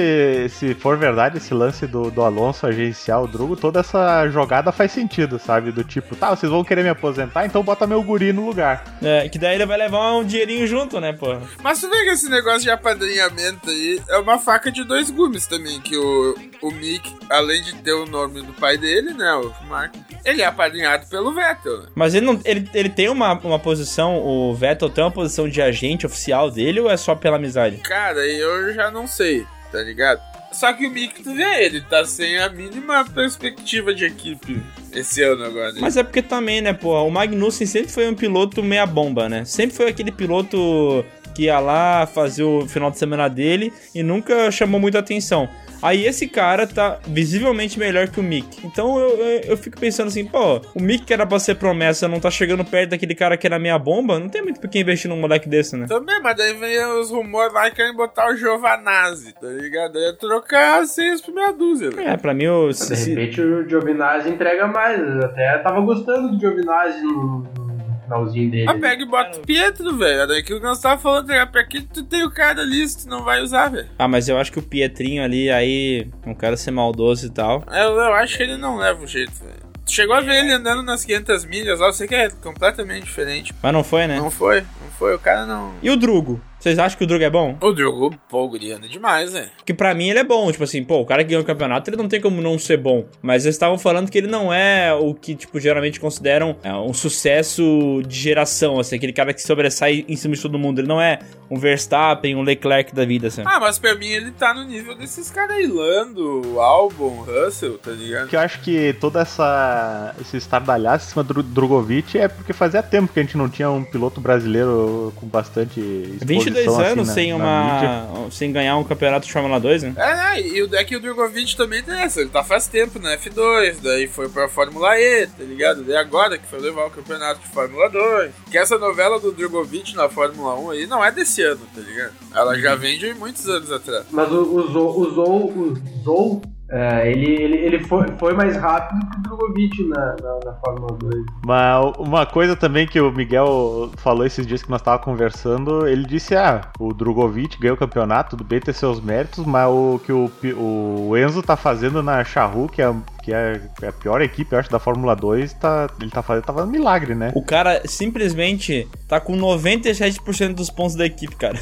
[SPEAKER 2] se for verdade esse lance do, do Alonso agenciar o Drugo, toda essa jogada faz sentido, sabe? Do tipo, tá, vocês vão querer me aposentar, então bota meu guri no lugar.
[SPEAKER 4] É, que daí ele vai levar um dinheirinho junto, né, pô?
[SPEAKER 1] Mas tu vê que esse negócio de apadrinhamento aí é uma faca de dois gumes também, que o, o Mick, além de ter o nome do pai dele, né, o Marco, ele é apadrinhado pelo Vettel, né?
[SPEAKER 4] Mas ele, não, ele, ele tem uma, uma posição, o Vettel tem uma posição de agente oficial dele ou é só pela amizade?
[SPEAKER 1] Cara, eu já não sei, tá ligado? Só que o Mick, tu vê, ele tá sem a mínima perspectiva de equipe esse ano agora. né?
[SPEAKER 4] Mas é porque também, né, porra, o Magnussen sempre foi um piloto meia bomba, né? Sempre foi aquele piloto que ia lá fazer o final de semana dele e nunca chamou muita atenção. Aí esse cara tá visivelmente melhor que o Mick. Então eu, eu, eu fico pensando assim, pô, o Mick que era pra ser promessa não tá chegando perto daquele cara que era meia bomba, não tem muito por que investir num moleque desse, né?
[SPEAKER 1] Também, Então, mas daí vem os rumores lá que querem botar o Giovanazzi, tá ligado? Ia trocar seis por meia dúzia, velho.
[SPEAKER 4] É, pra mim o.
[SPEAKER 5] De repente o Giovinazzi entrega mais. Eu até tava gostando do Giovinazzi no no finalzinho dele.
[SPEAKER 1] Ah, pega e bota o Pietro, velho. Era aquilo que nós tava falando, tá ligado? Pra que tu tem o cara ali se tu não vai usar, velho?
[SPEAKER 4] Ah, mas eu acho que o Pietrinho ali, aí, um cara ser maldoso e tal.
[SPEAKER 1] Eu, eu acho que ele não leva o jeito, velho. Tu Chegou a ver ele andando nas 500 milhas, ó, eu sei que é completamente diferente.
[SPEAKER 4] Mas não foi, né?
[SPEAKER 1] Não foi, não foi, o cara não...
[SPEAKER 4] E o Drugo? Vocês acham que o Drugo é bom?
[SPEAKER 1] O Diogo, pô, o guri anda demais, né?
[SPEAKER 4] Que pra mim ele é bom, tipo assim, pô, o cara que ganhou o campeonato, ele não tem como não ser bom. Mas eles estavam falando que ele não é o que, tipo, geralmente consideram é, um sucesso de geração, assim, aquele cara que sobressai em cima de todo mundo. Ele não é um Verstappen, um Leclerc da vida, assim.
[SPEAKER 1] Ah, mas pra mim ele tá no nível desses caras aí, Lando, Albon, Russell, tá ligado?
[SPEAKER 2] Que eu acho que toda essa esse estardalhaço em cima do Drogovic é porque fazia tempo que a gente não tinha um piloto brasileiro com bastante exposição
[SPEAKER 4] 22
[SPEAKER 2] assim,
[SPEAKER 4] anos
[SPEAKER 2] na-
[SPEAKER 4] sem
[SPEAKER 2] na mídia.
[SPEAKER 4] uma. sem ganhar um campeonato de Fórmula 2, né?
[SPEAKER 1] É, né? E o é que o Drogovic também tem essa, ele tá faz tempo na F2, daí foi pra Fórmula E, tá ligado? Daí agora que foi levar o campeonato de Fórmula 2. Que essa novela do Drogovic na Fórmula 1 aí não é desse ano, tá ligado? Ela já vem de muitos anos atrás.
[SPEAKER 5] Mas o, o Zou, o Zou, o Zou é, ele, ele, ele foi, foi mais rápido que o Drogovic na, na, na Fórmula 2.
[SPEAKER 2] Mas uma coisa também que o Miguel falou esses dias que nós tava conversando, ele disse: ah, o Drogovic ganhou o campeonato, tudo bem ter seus méritos, mas o que o, pi- o Enzo tá fazendo na Charru, que é, que é a pior equipe, eu acho, da Fórmula 2, tá, ele tá fazendo, tá fazendo milagre, né?
[SPEAKER 4] O cara simplesmente tá com 97% dos pontos da equipe, cara.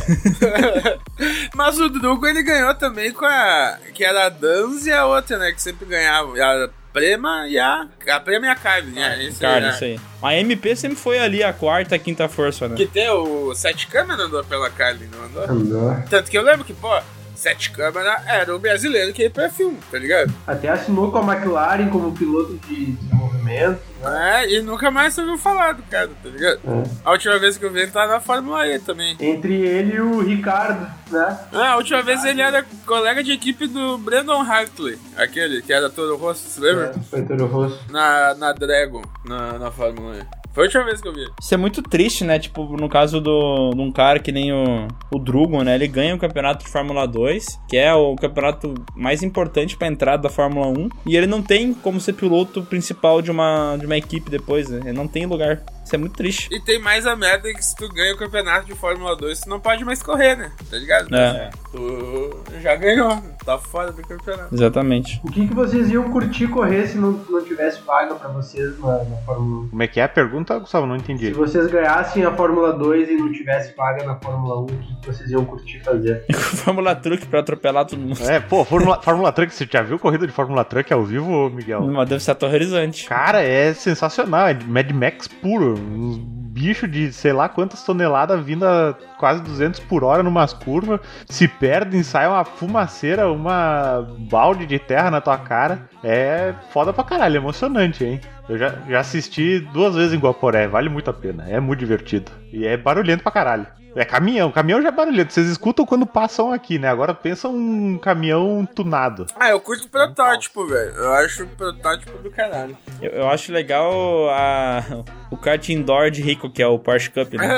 [SPEAKER 1] Mas o Drogo ele ganhou também com a. que era a Danza e a outra, né? Que sempre ganhava. A Prema e a. A Prema e a Carmen, né? Isso aí,
[SPEAKER 4] Cara,
[SPEAKER 1] né?
[SPEAKER 4] isso aí. A MP sempre foi ali a quarta, quinta força, né?
[SPEAKER 1] Que tem o Sete Câmera andou pela Carmen, não andou?
[SPEAKER 5] Andou.
[SPEAKER 1] Tanto que eu lembro que, pô, Sete Câmara era o brasileiro que ia pra filme, tá ligado?
[SPEAKER 5] Até assinou com a McLaren como piloto de desenvolvimento.
[SPEAKER 1] É, e nunca mais se ouviu falar do cara, tá ligado?
[SPEAKER 5] É.
[SPEAKER 1] A última vez que eu vi ele tava na Fórmula E também.
[SPEAKER 5] Entre ele e o Ricardo, né?
[SPEAKER 1] Ah, a última vez ele era colega de equipe do Brandon Hartley, aquele que era todo rosto, se lembra?
[SPEAKER 5] É, Foi Toro Rosso.
[SPEAKER 1] Na, na Dragon, na, na Fórmula E. Foi a última vez que eu vi. ele.
[SPEAKER 4] Isso é muito triste, né? Tipo, no caso do, de um cara que nem o, o Drugon, né? Ele ganha o campeonato de Fórmula 2, que é o campeonato mais importante pra entrada da Fórmula 1. E ele não tem como ser piloto principal de uma, de uma equipe depois, né? Ele não tem lugar. Isso é muito triste.
[SPEAKER 1] E tem mais a merda que se tu ganha o campeonato de Fórmula 2, tu não pode mais correr, né? Tá ligado?
[SPEAKER 4] É.
[SPEAKER 1] Tu já ganhou, tá fora do campeonato.
[SPEAKER 4] Exatamente.
[SPEAKER 5] O que, que vocês iam curtir correr se não, não tivesse vaga pra vocês na, na Fórmula 1?
[SPEAKER 2] Como é que é a pergunta, Gustavo? Não
[SPEAKER 5] Se
[SPEAKER 2] entendi.
[SPEAKER 5] vocês ganhassem a Fórmula 2 e não tivesse vaga na Fórmula 1, o que, que vocês iam curtir fazer?
[SPEAKER 4] Fórmula Truck pra atropelar todo mundo.
[SPEAKER 2] É, pô, Fórmula, Fórmula Truck, você já viu corrida de Fórmula Truck ao vivo, Miguel?
[SPEAKER 4] Mas deve ser aterrorizante.
[SPEAKER 2] Cara, é sensacional, é Mad Max puro. Uns bichos de sei lá quantas toneladas vindo a quase 200 por hora numas curvas, se perdem, sai uma fumaceira, uma balde de terra na tua cara. É foda pra caralho, emocionante, hein? Eu já, já assisti duas vezes em Guaporé, vale muito a pena. É muito divertido. E é barulhento pra caralho. É caminhão, caminhão já é barulhento. Vocês escutam quando passam aqui, né? Agora pensa um caminhão tunado.
[SPEAKER 1] Ah, eu curto o protótipo, velho. Eu acho o protótipo do caralho.
[SPEAKER 4] Eu, eu acho legal a, o kart indoor de rico, que é o Porsche Cup, né?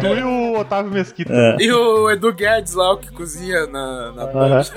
[SPEAKER 2] Tu e o Otávio Mesquita.
[SPEAKER 4] É.
[SPEAKER 1] E o Edu Guedes lá, o que cozinha na, Ah, na pancha.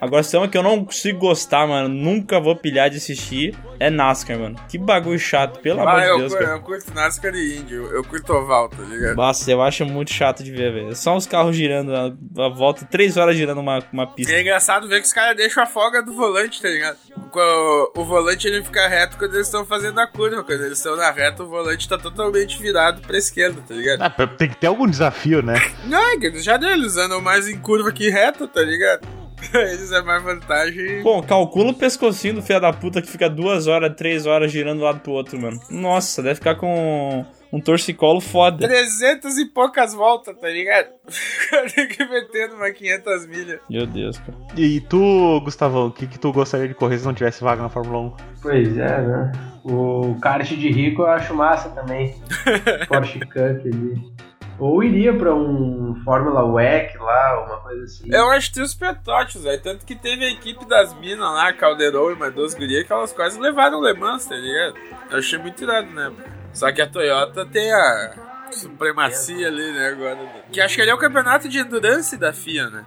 [SPEAKER 4] Agora, se é uma que eu não consigo gostar, mano, nunca vou pilhar de assistir, é NASCAR, mano. Que bagulho chato, pelo
[SPEAKER 1] Ah,
[SPEAKER 4] amor de
[SPEAKER 1] eu,
[SPEAKER 4] Deus,
[SPEAKER 1] cur-
[SPEAKER 4] cara.
[SPEAKER 1] eu curto NASCAR e Indy. Eu eu curto oval, tá ligado?
[SPEAKER 4] Nossa, eu acho muito chato de ver, velho. Só os carros girando a, a volta, três horas girando uma, uma
[SPEAKER 1] E
[SPEAKER 4] pista.
[SPEAKER 1] é engraçado ver que os caras deixam a folga do volante, tá ligado? Co- O volante ele fica reto quando eles estão fazendo a curva. Quando eles estão na reta, o volante tá totalmente virado pra esquerda, tá ligado?
[SPEAKER 2] Ah, tem que ter algum desafio, né?
[SPEAKER 1] Não, é que eles já eles andam mais em curva que reta, tá ligado? Eles é mais vantagem.
[SPEAKER 4] Bom, calcula o pescocinho do filho da puta que fica duas horas, três horas girando do lado pro outro, mano. Nossa, deve ficar com um torcicolo foda.
[SPEAKER 1] 300 e poucas voltas, tá ligado? Eu tenho que meter numa 500 milhas.
[SPEAKER 4] Meu Deus, cara.
[SPEAKER 2] E tu, Gustavão, o que, que tu gostaria de correr se não tivesse vaga na Fórmula um?
[SPEAKER 5] Pois é, né? O kart de rico eu acho massa também. Porsche Cup ali. Ou iria pra um Fórmula WEC lá, uma coisa assim.
[SPEAKER 1] Eu acho que tem os protótipos, velho. Tanto que teve a equipe das minas lá, Caldeirão e mais duas gurias, que elas quase levaram o Le Mans, tá ligado? Eu achei muito irado, né? Só que a Toyota tem a supremacia ali, né, agora. né? Que acho que ali é o campeonato de endurance da FIA, né?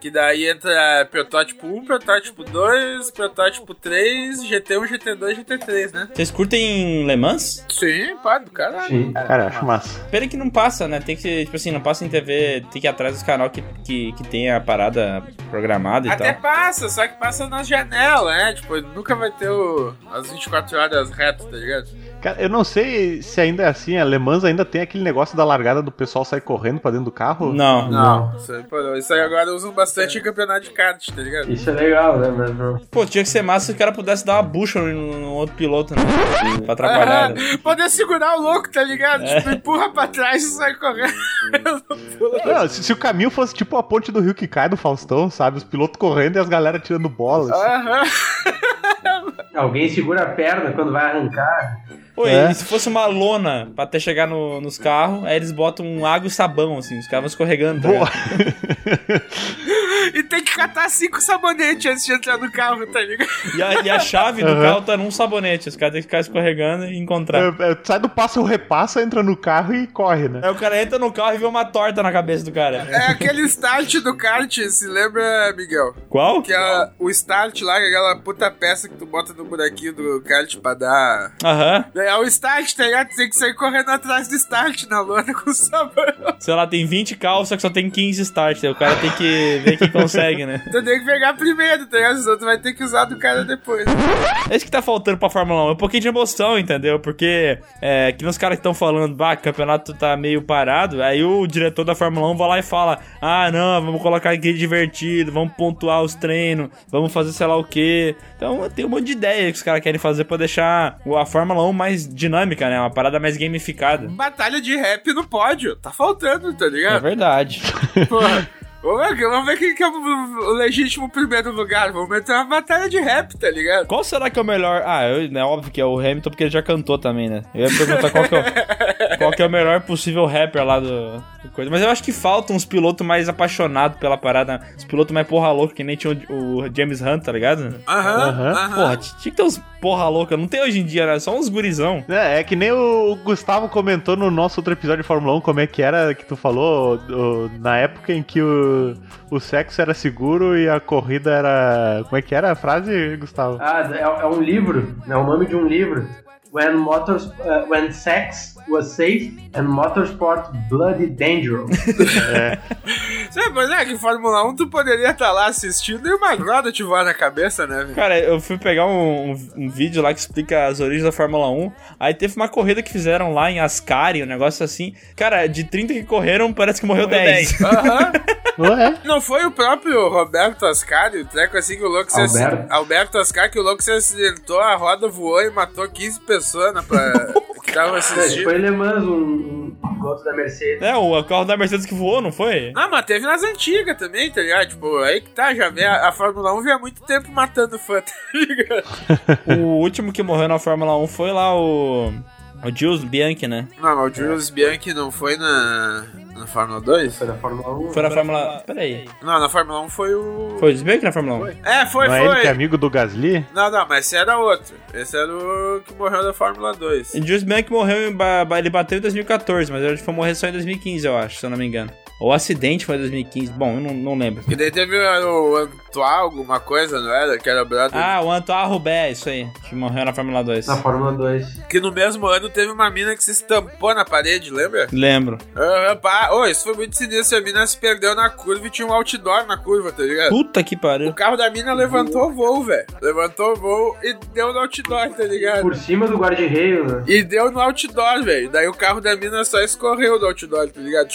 [SPEAKER 1] Que daí entra protótipo 1, protótipo 2, protótipo 3, GT1, GT2, GT3, né?
[SPEAKER 4] Vocês curtem Le Mans?
[SPEAKER 1] Sim, pá, do caralho.
[SPEAKER 5] Sim.
[SPEAKER 2] Cara, eu acho massa.
[SPEAKER 4] Pena que não passa, né? Tem que, tipo assim, não passa em TV, tem que ir atrás dos canal que, que, que tem a parada programada e
[SPEAKER 1] Até
[SPEAKER 4] tal.
[SPEAKER 1] passa, só que passa nas janelas, né? Tipo, nunca vai ter o, as 24 horas retas, tá ligado?
[SPEAKER 2] Cara, eu não sei se ainda é assim, a Le Mans ainda tem aquele negócio da largada do pessoal sair correndo pra dentro do carro.
[SPEAKER 4] Ah, Não.
[SPEAKER 1] Não, isso aí, pô, não. Isso aí agora usam bastante em campeonato de kart, tá ligado?
[SPEAKER 5] Isso é legal, né? Mas não.
[SPEAKER 4] Pô, tinha que ser massa se o cara pudesse dar uma bucha no, no outro piloto, né? pra atrapalhar. né?
[SPEAKER 1] Ah, Poder segurar o louco, tá ligado?
[SPEAKER 4] É.
[SPEAKER 1] Tipo, empurra pra trás e sai correndo.
[SPEAKER 2] Não, se, se o caminho fosse tipo a ponte do rio que cai do Faustão, sabe? Os pilotos correndo e as galera tirando bolas.
[SPEAKER 1] Aham.
[SPEAKER 5] Alguém segura a perna quando vai arrancar.
[SPEAKER 4] Pô,
[SPEAKER 2] É.
[SPEAKER 4] e se fosse uma lona pra até chegar no- nos carros, aí eles botam um água e sabão, assim, os caras vão escorregando. tá
[SPEAKER 2] Boa.
[SPEAKER 4] ligado?
[SPEAKER 1] E tem que catar cinco sabonetes antes de entrar no carro, tá ligado?
[SPEAKER 4] e, a, e a chave do
[SPEAKER 2] Aham.
[SPEAKER 4] carro tá num sabonete, os caras têm que ficar escorregando e encontrar.
[SPEAKER 2] É, é, sai do passo, repassa, entra no carro e corre, né?
[SPEAKER 4] Aí o cara entra no carro e vê uma torta na cabeça do cara.
[SPEAKER 1] É aquele start do kart, se lembra, Miguel?
[SPEAKER 4] Qual?
[SPEAKER 1] Que é o start lá, que é aquela puta peça que tu bota no buraquinho do kart pra dar
[SPEAKER 4] Aham.
[SPEAKER 1] É o start, tá ligado? Tem que sair correndo atrás do start na lona com o sabão.
[SPEAKER 4] Sei lá, tem 20 carros, só que só tem 15 starts. Aí o cara tem que ver quem consegue, né?
[SPEAKER 1] Tu tem que pegar primeiro, tá ligado? Os outros vai ter que usar do cara depois.
[SPEAKER 4] É isso que tá faltando pra Fórmula 1. É um pouquinho de emoção, entendeu? Porque, é, que nos caras que estão falando, bah, o campeonato tá meio parado. Aí o diretor da Fórmula 1 vai lá e fala: ah, não, vamos colocar grid divertido, vamos pontuar os treinos, vamos fazer sei lá o quê. Então tem um monte de ideia que os caras querem fazer pra deixar a Fórmula 1 mais dinâmica, né? Uma parada mais gamificada.
[SPEAKER 1] Batalha de rap no pódio. Tá faltando, tá
[SPEAKER 4] É
[SPEAKER 1] ligado?
[SPEAKER 4] verdade.
[SPEAKER 1] Porra. Ô, Mac, vamos ver quem que é o o legítimo primeiro lugar. Vamos meter uma batalha de rap, tá ligado?
[SPEAKER 4] Qual será que é o melhor? Ah, eu, é óbvio que é o Hamilton, porque ele já cantou também, né? Eu ia perguntar qual que é o, qual que é o melhor possível rapper lá do, do coisa. Mas eu acho que faltam uns pilotos mais apaixonados pela parada. Os pilotos mais porra louca, que nem tinha o, o James Hunt, tá ligado?
[SPEAKER 1] Aham,
[SPEAKER 2] Aham.
[SPEAKER 1] aham.
[SPEAKER 4] Porra, t- tinha que ter uns porra louca. Não tem hoje em dia, né? Só uns gurizão.
[SPEAKER 2] É, é que nem o Gustavo comentou no nosso outro episódio de Fórmula 1 como é que era que tu falou o- na época em que o, o sexo era seguro e a corrida era. Como é que era a frase, Gustavo?
[SPEAKER 5] Ah, é, é um livro, né? O nome de um livro. When motors, uh, when sex was safe and motorsport bloody dangerous.
[SPEAKER 1] Sabe, mas é que Fórmula 1 tu poderia estar lá assistindo e uma groda te voar na cabeça, né, velho?
[SPEAKER 4] Cara, eu fui pegar um, um- um vídeo lá que explica as origens da Fórmula 1. Aí teve uma corrida que fizeram lá em Ascari, um negócio assim. Cara, de 30 que correram, parece que morreu, 10.
[SPEAKER 1] Aham.
[SPEAKER 2] Ué?
[SPEAKER 1] Não foi o próprio Roberto Ascari, o treco assim que o louco se ac-
[SPEAKER 5] Alberto?
[SPEAKER 1] Alberto Ascari, que o louco se acidentou, a roda voou e matou 15 pessoas na né, pra... que tava
[SPEAKER 5] É,
[SPEAKER 1] assistindo.
[SPEAKER 5] Foi Le Mans um, um, outro da Mercedes.
[SPEAKER 4] É, o carro da Mercedes que voou, não foi?
[SPEAKER 1] Não, Ah, mas teve nas antigas também, tá ligado? Tipo, aí que tá, já vem a, a Fórmula 1 vem há muito tempo matando fã, tá ligado?
[SPEAKER 4] o último que morreu na Fórmula 1 foi lá o. O Jules Bianchi, né?
[SPEAKER 1] Não, mas o Jules
[SPEAKER 2] É.
[SPEAKER 1] Bianchi não foi na, na Fórmula 2?
[SPEAKER 5] Foi da Fórmula 1.
[SPEAKER 4] Foi na Fórmula. Peraí.
[SPEAKER 1] Não, na Fórmula 1 foi o...
[SPEAKER 4] Foi o Jules Bianchi na Fórmula 1?
[SPEAKER 1] É, foi,
[SPEAKER 2] Não é ele
[SPEAKER 1] foi.
[SPEAKER 2] que é amigo do Gasly?
[SPEAKER 1] Não, não, mas esse era outro. Esse era o que morreu da Fórmula 2.
[SPEAKER 4] O Jules Bianchi morreu em. Ba- Ba- Ele bateu em 2014, mas ele foi morrer só em 2015, eu acho, se eu não me engano. Ou o acidente foi em 2015. Bom, eu não, não lembro.
[SPEAKER 1] E daí teve o Antoine, alguma coisa, não era? Que era brother.
[SPEAKER 4] Ah, o Antoine Roubaix, isso aí, que morreu na Fórmula 2.
[SPEAKER 5] Na Fórmula 2.
[SPEAKER 1] Que no mesmo ano teve uma mina que se estampou na parede, lembra?
[SPEAKER 4] Lembro.
[SPEAKER 1] Aham, pá. Ô, isso foi muito sinistro. A mina se perdeu na curva e tinha um outdoor na curva, tá ligado?
[SPEAKER 4] Puta que
[SPEAKER 1] O
[SPEAKER 4] pariu.
[SPEAKER 1] carro da mina levantou o voo, velho. Levantou o voo e deu no outdoor, tá ligado?
[SPEAKER 5] Por cima do guarda-reio, né?
[SPEAKER 1] E deu no outdoor, velho. Daí o carro da mina só escorreu do outdoor, tá ligado?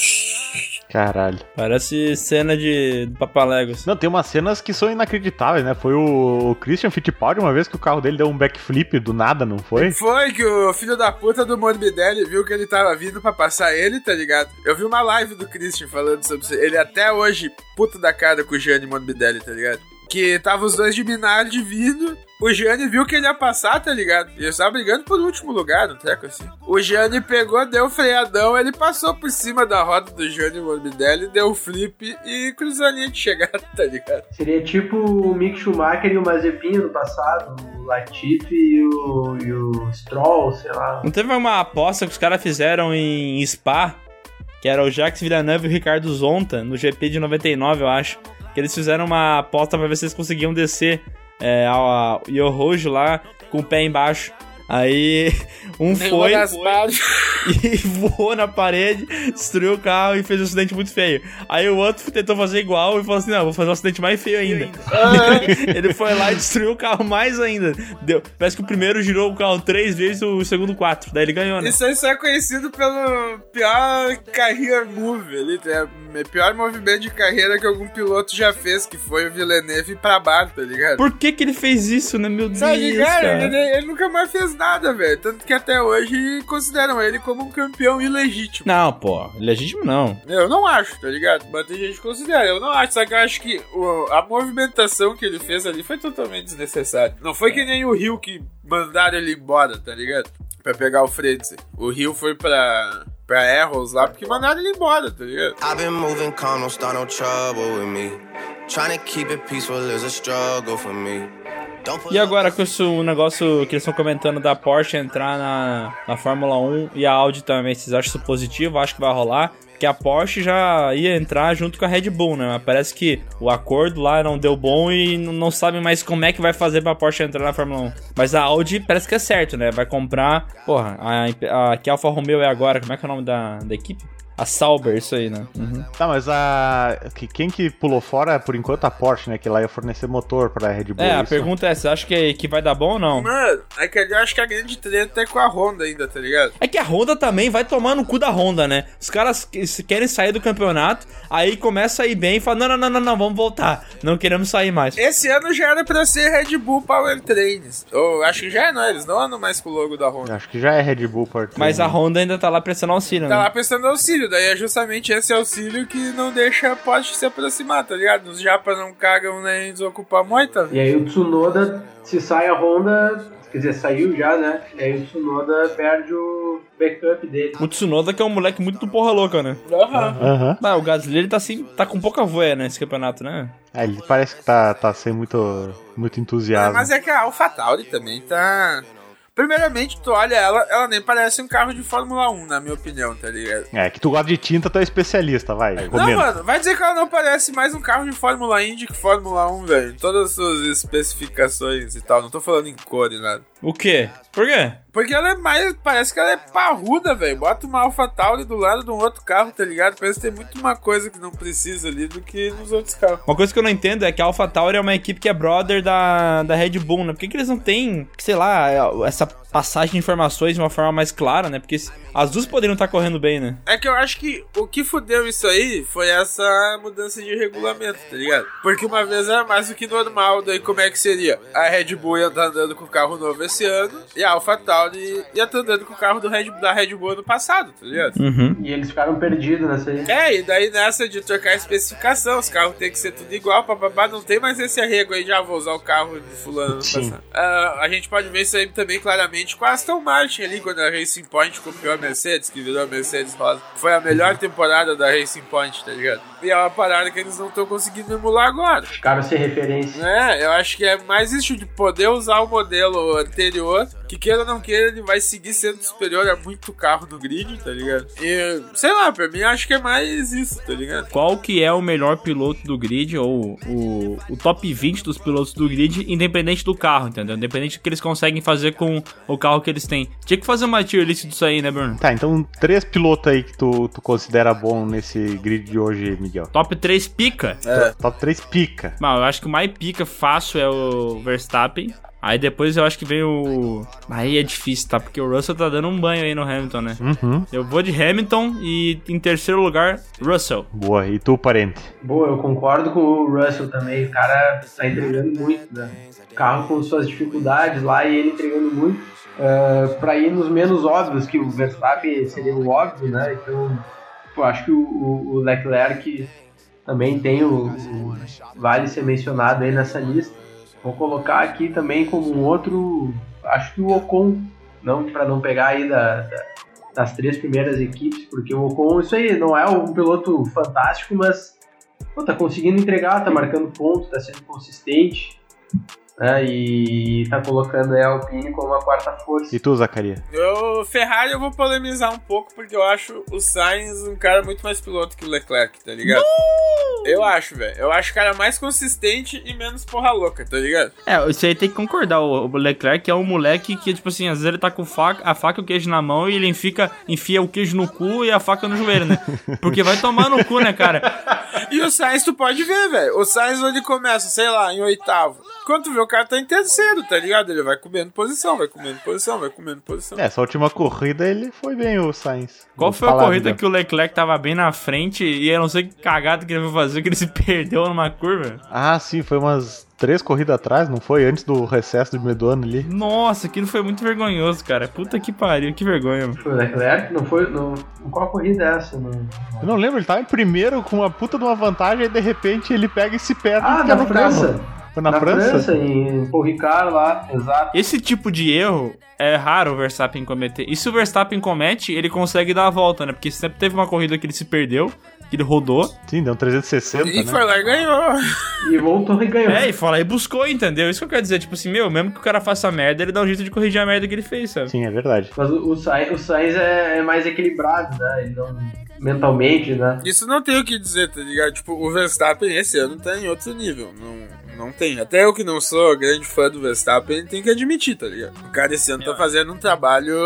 [SPEAKER 2] Caralho.
[SPEAKER 4] Parece cena de assim. do Papaléguas.
[SPEAKER 2] Não, tem umas cenas que são inacreditáveis, né? Foi o o Christian Fittipaldi uma vez que o carro dele deu um backflip do nada, não foi?
[SPEAKER 1] Foi que o filho da puta do Morbidelli viu que ele tava vindo pra passar ele, tá ligado? Eu vi uma live do Christian falando sobre isso. Ele até hoje, puto da cara com o Gianni Morbidelli, tá ligado? Que tava os dois de Minardi vindo. O Gianni viu que ele ia passar, tá ligado? E eles estavam brigando por último lugar, um treco assim. O Gianni pegou, deu o freadão, ele passou por cima da roda do Gianni Morbidelli, deu o flip e cruzou a linha de chegada, tá ligado?
[SPEAKER 5] Seria tipo o Mick Schumacher e o Mazepin no passado, o Latifi e o, e o Stroll, sei lá.
[SPEAKER 4] Não teve uma aposta que os caras fizeram em Spa, que era o Jacques Villeneuve e o Ricardo Zonta, no GP de 99, eu acho. Que eles fizeram uma aposta pra ver se eles conseguiam descer é, ao, ao Rojo lá com o pé embaixo. Aí um foi e voou na parede, destruiu o carro e fez um acidente muito feio. Aí o outro tentou fazer igual e falou assim: não, vou fazer um acidente mais feio ainda.
[SPEAKER 1] Ah,
[SPEAKER 4] Ele foi lá e destruiu o carro mais ainda. Deu. Parece que o primeiro girou o carro três vezes, o segundo quatro. Daí ele ganhou, né?
[SPEAKER 1] Isso aí só é conhecido pelo pior career move, ali, tá? é o pior movimento de carreira que algum piloto já fez, que foi o Villeneuve pra baixo, tá ligado?
[SPEAKER 4] Por que que ele fez isso, né? Meu Deus,
[SPEAKER 1] Tá ligado? Ele,
[SPEAKER 4] cara.
[SPEAKER 1] ele nunca mais fez nada, velho. Tanto que até hoje consideram ele como um campeão ilegítimo.
[SPEAKER 4] Não, pô. é Legítimo não.
[SPEAKER 1] Eu não acho, tá ligado? Mas tem gente que considera. Eu não acho, só que eu acho que o- a movimentação que ele fez ali foi totalmente desnecessária. Não foi que nem o Rio que mandaram ele embora, tá ligado? Pra pegar o Frentzen. O Rio foi pra, pra Erros lá porque mandaram ele embora, tá ligado?
[SPEAKER 6] I've been moving calm, don't start no trouble with me. Trying to keep it peaceful is a struggle for me. Don't pull
[SPEAKER 4] E
[SPEAKER 6] up-
[SPEAKER 4] agora com isso, o um negócio que eles estão comentando da Porsche entrar na, na Fórmula 1 e a Audi também, vocês acham isso positivo? Acho que vai rolar. Que a Porsche já ia entrar junto com a Red Bull, né? Mas parece que o acordo lá não deu bom e n- não sabe mais como é que vai fazer pra Porsche entrar na Fórmula 1. Mas a Audi parece que é certo, né? Vai comprar. Porra, a, imp- a, que Alfa Romeo é agora, como é que é o nome da, da equipe? A Sauber, isso aí, né? Uhum.
[SPEAKER 2] Tá, mas a. que- Quem que pulou fora, por enquanto, a Porsche, né? Que lá ia fornecer motor pra Red Bull.
[SPEAKER 4] É, a
[SPEAKER 2] isso?
[SPEAKER 4] pergunta é: você acha que, que vai dar bom ou não?
[SPEAKER 1] Mano, é que ali eu acho que a grande treta é com a Honda ainda, tá ligado?
[SPEAKER 4] É que a Honda também vai tomar no cu da Honda, né? Os caras que- se querem sair do campeonato, aí começa a ir bem e fala: não, não, não, não, não, vamos voltar. Não queremos sair mais.
[SPEAKER 1] Esse ano já era pra ser Red Bull Power Trains. Ou acho que já é, não, eles não andam mais com o logo da Honda.
[SPEAKER 2] Acho que já é Red Bull Power
[SPEAKER 4] Mas a
[SPEAKER 2] Train, né?
[SPEAKER 4] Honda ainda tá lá prestando auxílio,
[SPEAKER 1] Tá lá
[SPEAKER 4] né?
[SPEAKER 1] pensando no auxílio, daí é justamente esse auxílio que não deixa a Porsche se aproximar, tá ligado? Os japas não cagam nem tá desocupar moita, velho.
[SPEAKER 5] E aí o Tsunoda, se sai a Honda, quer dizer, saiu já, né? E aí o Tsunoda perde o backup dele.
[SPEAKER 4] O Tsunoda que é um moleque muito do porra louca, né?
[SPEAKER 1] Aham.
[SPEAKER 2] Aham.
[SPEAKER 4] Ah, o Gasly ele tá assim, tá com pouca voia nesse campeonato, né?
[SPEAKER 2] É, ele parece que tá, tá sem muito, muito entusiasmo.
[SPEAKER 1] Mas é que a AlphaTauri também tá. Primeiramente, tu olha ela, ela nem parece um carro de Fórmula 1, na minha opinião, tá ligado?
[SPEAKER 2] É, que tu gosta de tinta, tu é especialista, vai.
[SPEAKER 1] Não,
[SPEAKER 2] comenta.
[SPEAKER 1] mano, vai dizer que ela não parece mais um carro de Fórmula Indy que Fórmula 1, velho. em Todas as suas especificações e tal. Não tô falando em cor e nada.
[SPEAKER 4] O quê? Por quê?
[SPEAKER 1] Porque ela é mais. Parece que ela é parruda, velho. Bota uma AlphaTauri do lado de um outro carro, tá ligado? Parece ter muito uma coisa que não precisa ali do que nos outros carros.
[SPEAKER 4] Uma coisa que eu não entendo é que a AlphaTauri é uma equipe que é brother da, da Red Bull, né? Por que, que eles não têm, sei lá, é, essa passagem de informações de uma forma mais clara, né? Porque se- as duas poderiam estar correndo bem, né?
[SPEAKER 1] É que eu acho que o que fudeu isso aí foi essa mudança de regulamento, tá ligado? Porque uma vez era mais do que normal, daí como é que seria? A Red Bull ia andar andando com o carro novo esse ano e a AlphaTauri ia tá andando com o carro do Red, da Red Bull ano passado, tá ligado?
[SPEAKER 4] Uhum.
[SPEAKER 5] E eles ficaram perdidos nessa aí.
[SPEAKER 1] É, e daí nessa de trocar a especificação, os carros tem que ser tudo igual, papapá, não tem mais esse arrego aí, já vou usar o carro de fulano ano
[SPEAKER 4] Sim.
[SPEAKER 1] passado. Ah, a gente pode ver isso aí também claramente com a Aston Martin ali, quando a Racing Point copiou a Mercedes, que virou a Mercedes Rosa. Foi a melhor temporada da Racing Point, tá ligado? E é uma parada que eles não estão conseguindo emular agora.
[SPEAKER 5] Ficaram sem referência.
[SPEAKER 1] É, eu acho que é mais isso de poder usar o modelo anterior, que queira ou não queira, ele vai seguir sendo superior a muito carro no grid, tá ligado? E, sei lá, pra mim acho que é mais isso, tá ligado?
[SPEAKER 4] Qual que é o melhor piloto do grid, ou o, o top 20 dos pilotos do grid, independente do carro, entendeu? Independente do que eles conseguem fazer com o carro que eles têm. Tinha que fazer uma tier list disso aí, né, Bruno?
[SPEAKER 2] Tá, então três pilotos aí que tu, tu considera bom nesse grid de hoje, Miguel.
[SPEAKER 4] Top 3 pica.
[SPEAKER 2] Top 3 pica.
[SPEAKER 4] Mano, eu acho que o mais pica fácil é o Verstappen. Aí depois eu acho que vem o. Aí é difícil, tá? Porque o Russell tá dando um banho aí no Hamilton, né?
[SPEAKER 2] Uhum.
[SPEAKER 4] Eu vou de Hamilton e em terceiro lugar, Russell.
[SPEAKER 2] Boa, e tu, parente?
[SPEAKER 5] Boa, eu concordo com o Russell também. O cara tá entregando muito, né? O carro com suas dificuldades lá e ele entregando muito. Ah, pra ir nos menos óbvios, que o Verstappen seria o óbvio, né? Então, pô, acho que o, o- o Leclerc também tem o, o- Vale ser mencionado aí nessa lista. Vou colocar aqui também como um outro. Acho que o Ocon, não, pra não pegar aí da- da, das três primeiras equipes, porque o Ocon, isso aí, não é um piloto fantástico, mas pô, tá conseguindo entregar, tá marcando ponto, tá sendo consistente, né, e tá colocando aí a Alpine como a quarta força.
[SPEAKER 2] E tu, Zacaria?
[SPEAKER 1] Eu, Ferrari, eu vou polemizar um pouco, porque eu acho o Sainz um cara muito mais piloto que o Leclerc, tá ligado? Eu acho, velho. Eu acho o cara mais consistente e menos porra louca, tá ligado?
[SPEAKER 4] É, isso aí tem que concordar. O o Leclerc é um moleque que, tipo assim, às vezes ele tá com faca, a faca e o queijo na mão e ele fica, enfia o queijo no cu e a faca no joelho, né? Porque vai tomar no cu, né, cara?
[SPEAKER 1] E o Sainz tu pode ver, velho. O Sainz onde começa, sei lá, em oitavo. Quando tu vê o cara tá em terceiro, tá ligado? Ele vai comendo posição, vai comendo posição, vai comendo posição.
[SPEAKER 2] É, essa última corrida ele foi bem, o Sainz.
[SPEAKER 4] Qual
[SPEAKER 2] Vou
[SPEAKER 4] foi a
[SPEAKER 2] falar,
[SPEAKER 4] corrida
[SPEAKER 2] Miguel.
[SPEAKER 4] que o Leclerc tava bem na frente e eu não sei que cagada que ele foi fazer, que ele se perdeu numa curva?
[SPEAKER 2] Ah, sim, foi umas três corridas atrás, não foi? Antes do recesso do meio do ano ali.
[SPEAKER 4] Nossa, aquilo foi muito vergonhoso, cara. Puta que pariu, que vergonha, mano.
[SPEAKER 5] Foi o Leclerc, não foi. Não, em qual corrida é essa? Não,
[SPEAKER 2] Eu não lembro, ele tava em primeiro com uma puta de uma vantagem e de repente ele pega e se perde. e
[SPEAKER 5] ah,
[SPEAKER 2] quebra
[SPEAKER 5] na
[SPEAKER 2] o carro.
[SPEAKER 5] França.
[SPEAKER 2] Foi na, França?
[SPEAKER 5] em Paul Ricard lá, exato.
[SPEAKER 4] Esse tipo de erro é raro o Verstappen cometer. E se o Verstappen comete, ele consegue dar a volta, né? Porque sempre teve uma corrida que ele se perdeu, que ele rodou.
[SPEAKER 2] Sim, deu um 360,
[SPEAKER 1] E
[SPEAKER 2] né?
[SPEAKER 1] foi lá e ganhou.
[SPEAKER 5] E voltou e ganhou.
[SPEAKER 4] É, e fala, e buscou, entendeu? Isso que eu quero dizer, tipo assim, meu, mesmo que o cara faça merda, ele dá um jeito de corrigir a merda que ele fez, sabe?
[SPEAKER 2] Sim, é verdade.
[SPEAKER 5] Mas o, o Sainz, o Sainz é, é mais equilibrado, né? Ele não, mentalmente, né?
[SPEAKER 1] Isso não tem o que dizer, tá ligado? Tipo, o Verstappen esse ano tá em outro nível. Não, não tem. Até eu que não sou grande fã do Verstappen, tem que admitir, tá ligado? O cara esse ano tá fazendo um trabalho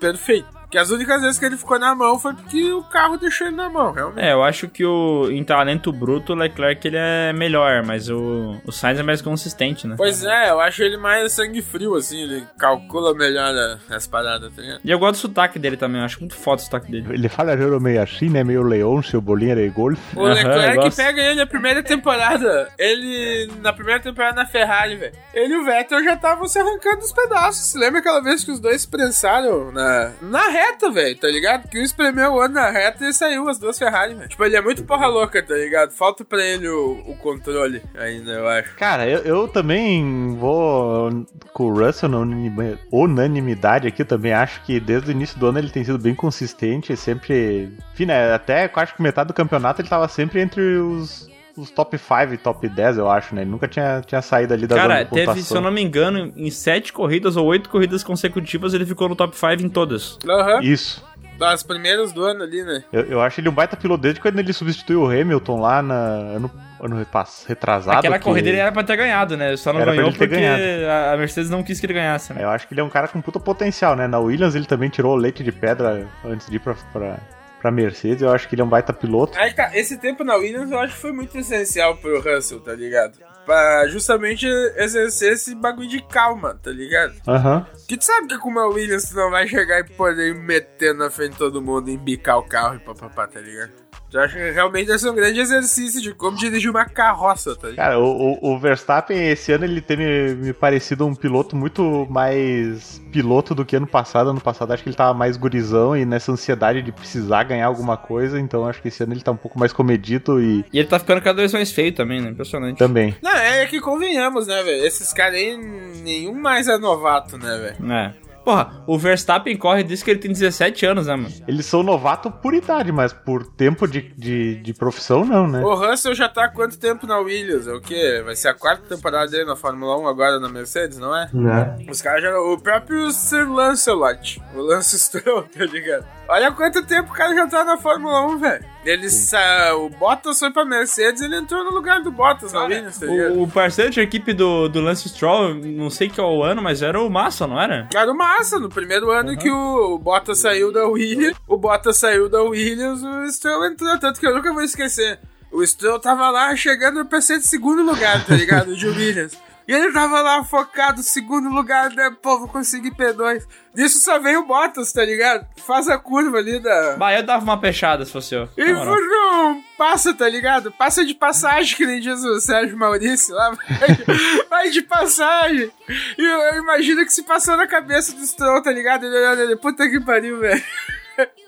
[SPEAKER 1] perfeito. Que as únicas vezes que ele ficou na mão foi porque o carro deixou ele na mão, realmente.
[SPEAKER 4] É, eu acho que o em talento bruto, o Leclerc ele é melhor, mas o, o Sainz é mais consistente, né?
[SPEAKER 1] Pois é, eu acho ele mais sangue frio, assim, ele calcula melhor a- as paradas, tá ligado?
[SPEAKER 4] E eu gosto do sotaque dele também, eu acho muito foda o sotaque dele.
[SPEAKER 2] Ele fala euro meio assim, né? Meio leão, seu bolinho era golfe.
[SPEAKER 1] O
[SPEAKER 4] Aham, eu
[SPEAKER 1] Leclerc
[SPEAKER 4] gosto.
[SPEAKER 1] pega ele na primeira temporada. Ele, na primeira temporada na Ferrari, velho. Ele e o Vettel já estavam se arrancando dos pedaços. Você lembra aquela vez que os dois prensaram na, na reta, velho, tá ligado? Que um espremeu o ano na reta e saiu as duas Ferrari, velho. Tipo, ele é muito porra louca, tá ligado? Falta pra ele o, o controle ainda, eu acho.
[SPEAKER 2] Cara, eu, eu também vou com o Russell na unanimi- unanimidade aqui. Eu também acho que desde o início do ano ele tem sido bem consistente. Sempre. Enfim, né, até eu acho que metade do campeonato ele tava sempre entre os, os top 5 e top 10, eu acho, né? Ele nunca tinha, tinha saído ali da zona
[SPEAKER 4] Cara,
[SPEAKER 2] de
[SPEAKER 4] teve, se eu
[SPEAKER 2] pontuação.
[SPEAKER 4] não me engano, em sete corridas ou oito corridas consecutivas, ele ficou no top 5 em todas.
[SPEAKER 1] Aham,
[SPEAKER 2] Isso.
[SPEAKER 1] das primeiras do ano ali, né?
[SPEAKER 2] Eu, eu acho ele um baita piloto desde quando ele substituiu o Hamilton lá na, ano, ano repass- retrasado.
[SPEAKER 4] Aquela
[SPEAKER 2] que-
[SPEAKER 4] corrida ele era pra ter ganhado, né? Só não
[SPEAKER 2] Era pra
[SPEAKER 4] ganhou
[SPEAKER 2] ele ter
[SPEAKER 4] porque a a Mercedes não quis que ele ganhasse, né?
[SPEAKER 2] Eu acho que ele é um cara com puta potencial, né? Na Williams ele também tirou o leite de pedra antes de ir pra, pra, pra Mercedes. Eu acho que ele é um baita piloto.
[SPEAKER 1] Aí, cara, esse tempo na Williams eu acho que foi muito essencial pro Russell, tá ligado? Pra justamente exercer esse bagulho de calma, tá ligado?
[SPEAKER 2] Aham.
[SPEAKER 1] Que tu sabe que com uma Williams tu não vai chegar e poder meter na frente de todo mundo, embicar o carro e papapá, tá ligado? Eu acho que realmente deve ser um grande exercício de como dirigir uma carroça, tá ligado?
[SPEAKER 2] Cara, o, o- o Verstappen esse ano ele tem me, me parecido um piloto muito mais piloto do que ano passado. Ano passado acho que ele tava mais gurizão e nessa ansiedade de precisar ganhar alguma coisa, então acho que esse ano ele tá um pouco mais comedido e
[SPEAKER 4] E ele tá ficando cada vez mais feio também, né? Impressionante.
[SPEAKER 2] também.
[SPEAKER 1] Não, é que convenhamos, né, velho? Esses caras aí, nenhum mais é novato, né, velho?
[SPEAKER 4] É. Porra, o Verstappen corre diz que ele tem 17 anos, né, mano?
[SPEAKER 2] Eles são novato por idade, mas por tempo de, de, de profissão não, né?
[SPEAKER 1] O Russell já tá há quanto tempo na Williams? É o quê? Vai ser a quarta temporada dele na Fórmula 1 agora na Mercedes, não é?
[SPEAKER 5] Né?
[SPEAKER 1] Os caras já. O próprio Sir Lancelot, o Lance Stroll, tá ligado? Olha quanto tempo o cara já tá na Fórmula 1, velho. Ele sa... O Bottas foi pra Mercedes ele entrou no lugar do Bottas na Williams, tá ligado?
[SPEAKER 4] O, o parceiro de equipe do, do Lance Stroll, não sei qual ano, mas era o Massa, não era?
[SPEAKER 1] Cara, massa, no primeiro ano que o Bottas saiu da Williams, o Bottas saiu da Williams, o Stroll entrou, tanto que eu nunca vou esquecer. O Stroll tava lá chegando, eu pensei de segundo lugar, tá ligado? De Williams. E ele tava lá focado, segundo lugar, né? Pô, vou conseguir P2. Nisso só vem o Bottas, tá ligado? Faz a curva ali da.
[SPEAKER 4] Bah, eu dava uma pechada se fosse eu.
[SPEAKER 1] E Fujum, passa, tá ligado? Passa de passagem, que nem diz o Sérgio Maurício lá. Vai, vai de passagem. E eu, eu imagino que se passou na cabeça do Stroll, tá ligado? Ele olhando ele, puta que pariu, velho.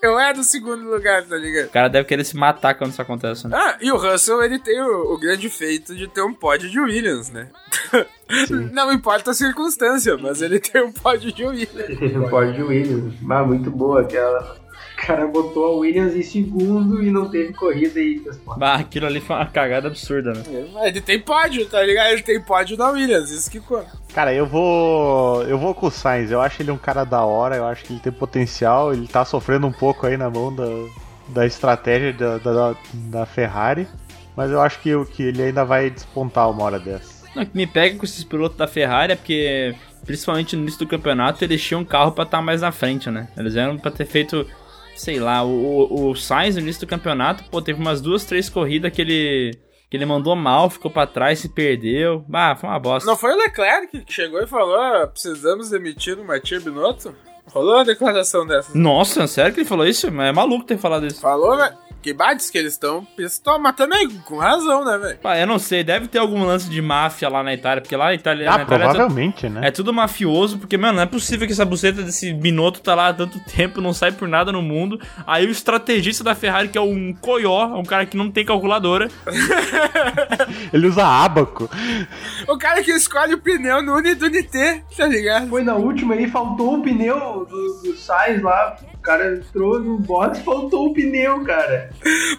[SPEAKER 1] Eu era do segundo lugar, tá ligado?
[SPEAKER 4] O cara deve querer se matar quando isso acontece, né?
[SPEAKER 1] Ah, e o Russell, ele tem o, o grande feito de ter um pódio de Williams, né? Não importa a circunstância, mas ele tem um pódio de Williams.
[SPEAKER 5] Pode Williams. Mas muito boa aquela. O cara botou a Williams em segundo e não teve corrida e fez ponto.
[SPEAKER 4] Bah, aquilo ali foi uma cagada absurda, né?
[SPEAKER 1] Ele tem pódio, tá ligado? Ele tem pódio na Williams, isso que conta.
[SPEAKER 2] Cara, eu vou. Eu vou com o Sainz. Eu acho ele um cara da hora, eu acho que ele tem potencial. Ele tá sofrendo um pouco aí na mão da, da estratégia da, da, da Ferrari. Mas eu acho que, o- que ele ainda vai despontar uma hora dessa.
[SPEAKER 4] Não, o que me pega com esses pilotos da Ferrari é porque, principalmente no início do campeonato, eles tinham um carro pra estar mais na frente, né? Eles eram pra ter feito, sei lá, o, o, o Sainz no início do campeonato, pô, teve umas duas, três corridas que ele, que ele mandou mal, ficou pra trás, se perdeu. Bah, foi uma bosta.
[SPEAKER 1] Não foi o Leclerc que chegou e falou: "Ah, precisamos demitir o Matia Binotto? Rolou uma declaração dessa.
[SPEAKER 4] Nossa, sério que ele falou isso? É maluco ter falado isso.
[SPEAKER 1] Falou, né? Que bates que eles estão pistola, mas também com razão, né, velho?
[SPEAKER 4] Pá, eu não sei, deve ter algum lance de máfia lá na Itália, porque lá na Itália,
[SPEAKER 2] Ah,
[SPEAKER 4] na Itália é tudo-
[SPEAKER 2] provavelmente, né?
[SPEAKER 4] É tudo mafioso, porque, mano, não é possível que essa buceta desse Binotto tá lá há tanto tempo, não sai por nada no mundo. Aí o estrategista da Ferrari, que é um coió, é um cara que não tem calculadora.
[SPEAKER 2] Ele usa abaco.
[SPEAKER 1] O cara que escolhe o pneu no Uni do NT, tá ligado?
[SPEAKER 5] Foi na última aí, faltou o pneu do, do Sainz lá. O cara entrou no box faltou o pneu, cara.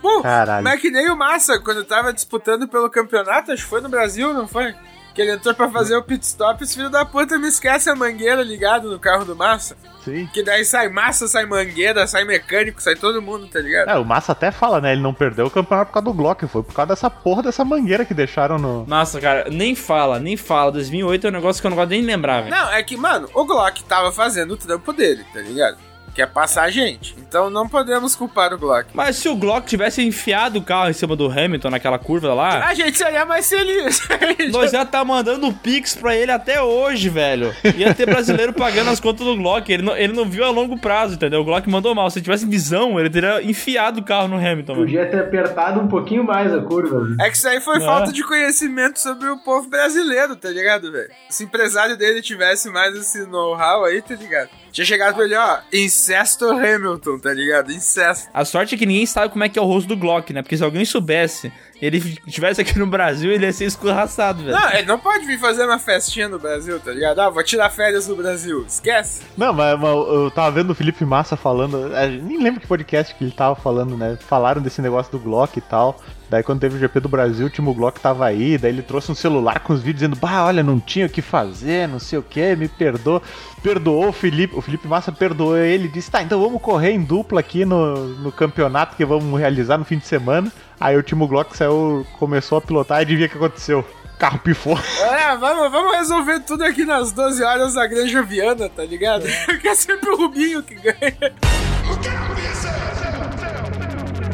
[SPEAKER 1] Bom,
[SPEAKER 2] Caralho.
[SPEAKER 1] mas que nem o Massa, quando tava disputando pelo campeonato, acho que foi no Brasil, não foi? Que ele entrou pra fazer o pit stop, esse filho da puta me esquece a mangueira ligada no carro do Massa.
[SPEAKER 2] Sim.
[SPEAKER 1] Que daí sai massa, sai mangueira, sai mecânico, sai todo mundo, tá ligado?
[SPEAKER 2] É, o Massa até fala, né? Ele não perdeu o campeonato por causa do Glock. Foi por causa dessa porra dessa mangueira que deixaram no.
[SPEAKER 4] Nossa, cara, nem fala, nem fala. 2008 é um negócio que eu não gosto nem de lembrar, velho.
[SPEAKER 1] Não, é que, mano, o Glock tava fazendo o trampo dele, tá ligado? Que é passar a gente. Então não podemos culpar o Glock.
[SPEAKER 4] Mas se o Glock tivesse enfiado o carro em cima do Hamilton naquela curva lá,
[SPEAKER 1] A gente seria mais feliz.
[SPEAKER 4] nós já tá mandando pix pra ele até hoje, velho. Ia ter brasileiro pagando as contas do Glock. Ele não, ele não viu a longo prazo, entendeu? O Glock mandou mal. Se tivesse visão, ele teria enfiado o carro no Hamilton, velho.
[SPEAKER 5] Podia ter apertado um pouquinho mais a curva. né?
[SPEAKER 1] É que isso aí foi
[SPEAKER 4] Não.
[SPEAKER 1] falta de conhecimento sobre o povo brasileiro, tá ligado, velho? Se o empresário dele tivesse mais esse know-how aí, tá ligado? Tinha chegado pra ele, ó, incesto Hamilton, tá ligado? Incesto.
[SPEAKER 4] A sorte é que ninguém sabe como é que é o rosto do Glock, né? Porque se alguém soubesse, ele estivesse aqui no Brasil, ele ia ser escorraçado, velho.
[SPEAKER 1] Não, ele não pode vir fazer uma festinha no Brasil, tá ligado? Ah, vou tirar férias no Brasil. Esquece.
[SPEAKER 2] Não, mas, mas eu tava vendo o Felipe Massa falando. é, Nem lembro que podcast que ele tava falando, né? Falaram desse negócio do Glock e tal. Daí quando teve o GP do Brasil, o Timo Glock tava aí, daí ele trouxe um celular com os vídeos dizendo, bah, olha, não tinha o que fazer, não sei o que, me perdoa. Perdoou o Felipe, o Felipe Massa perdoou ele, disse, tá, então vamos correr em dupla aqui no, no campeonato que vamos realizar no fim de semana. Aí o Timo Glock saiu, começou a pilotar e adivinha o que aconteceu. O carro pifou.
[SPEAKER 1] É, vamos, vamos resolver tudo aqui nas 12 horas da Granja Viana, tá ligado? Porque é sempre o Rubinho que ganha.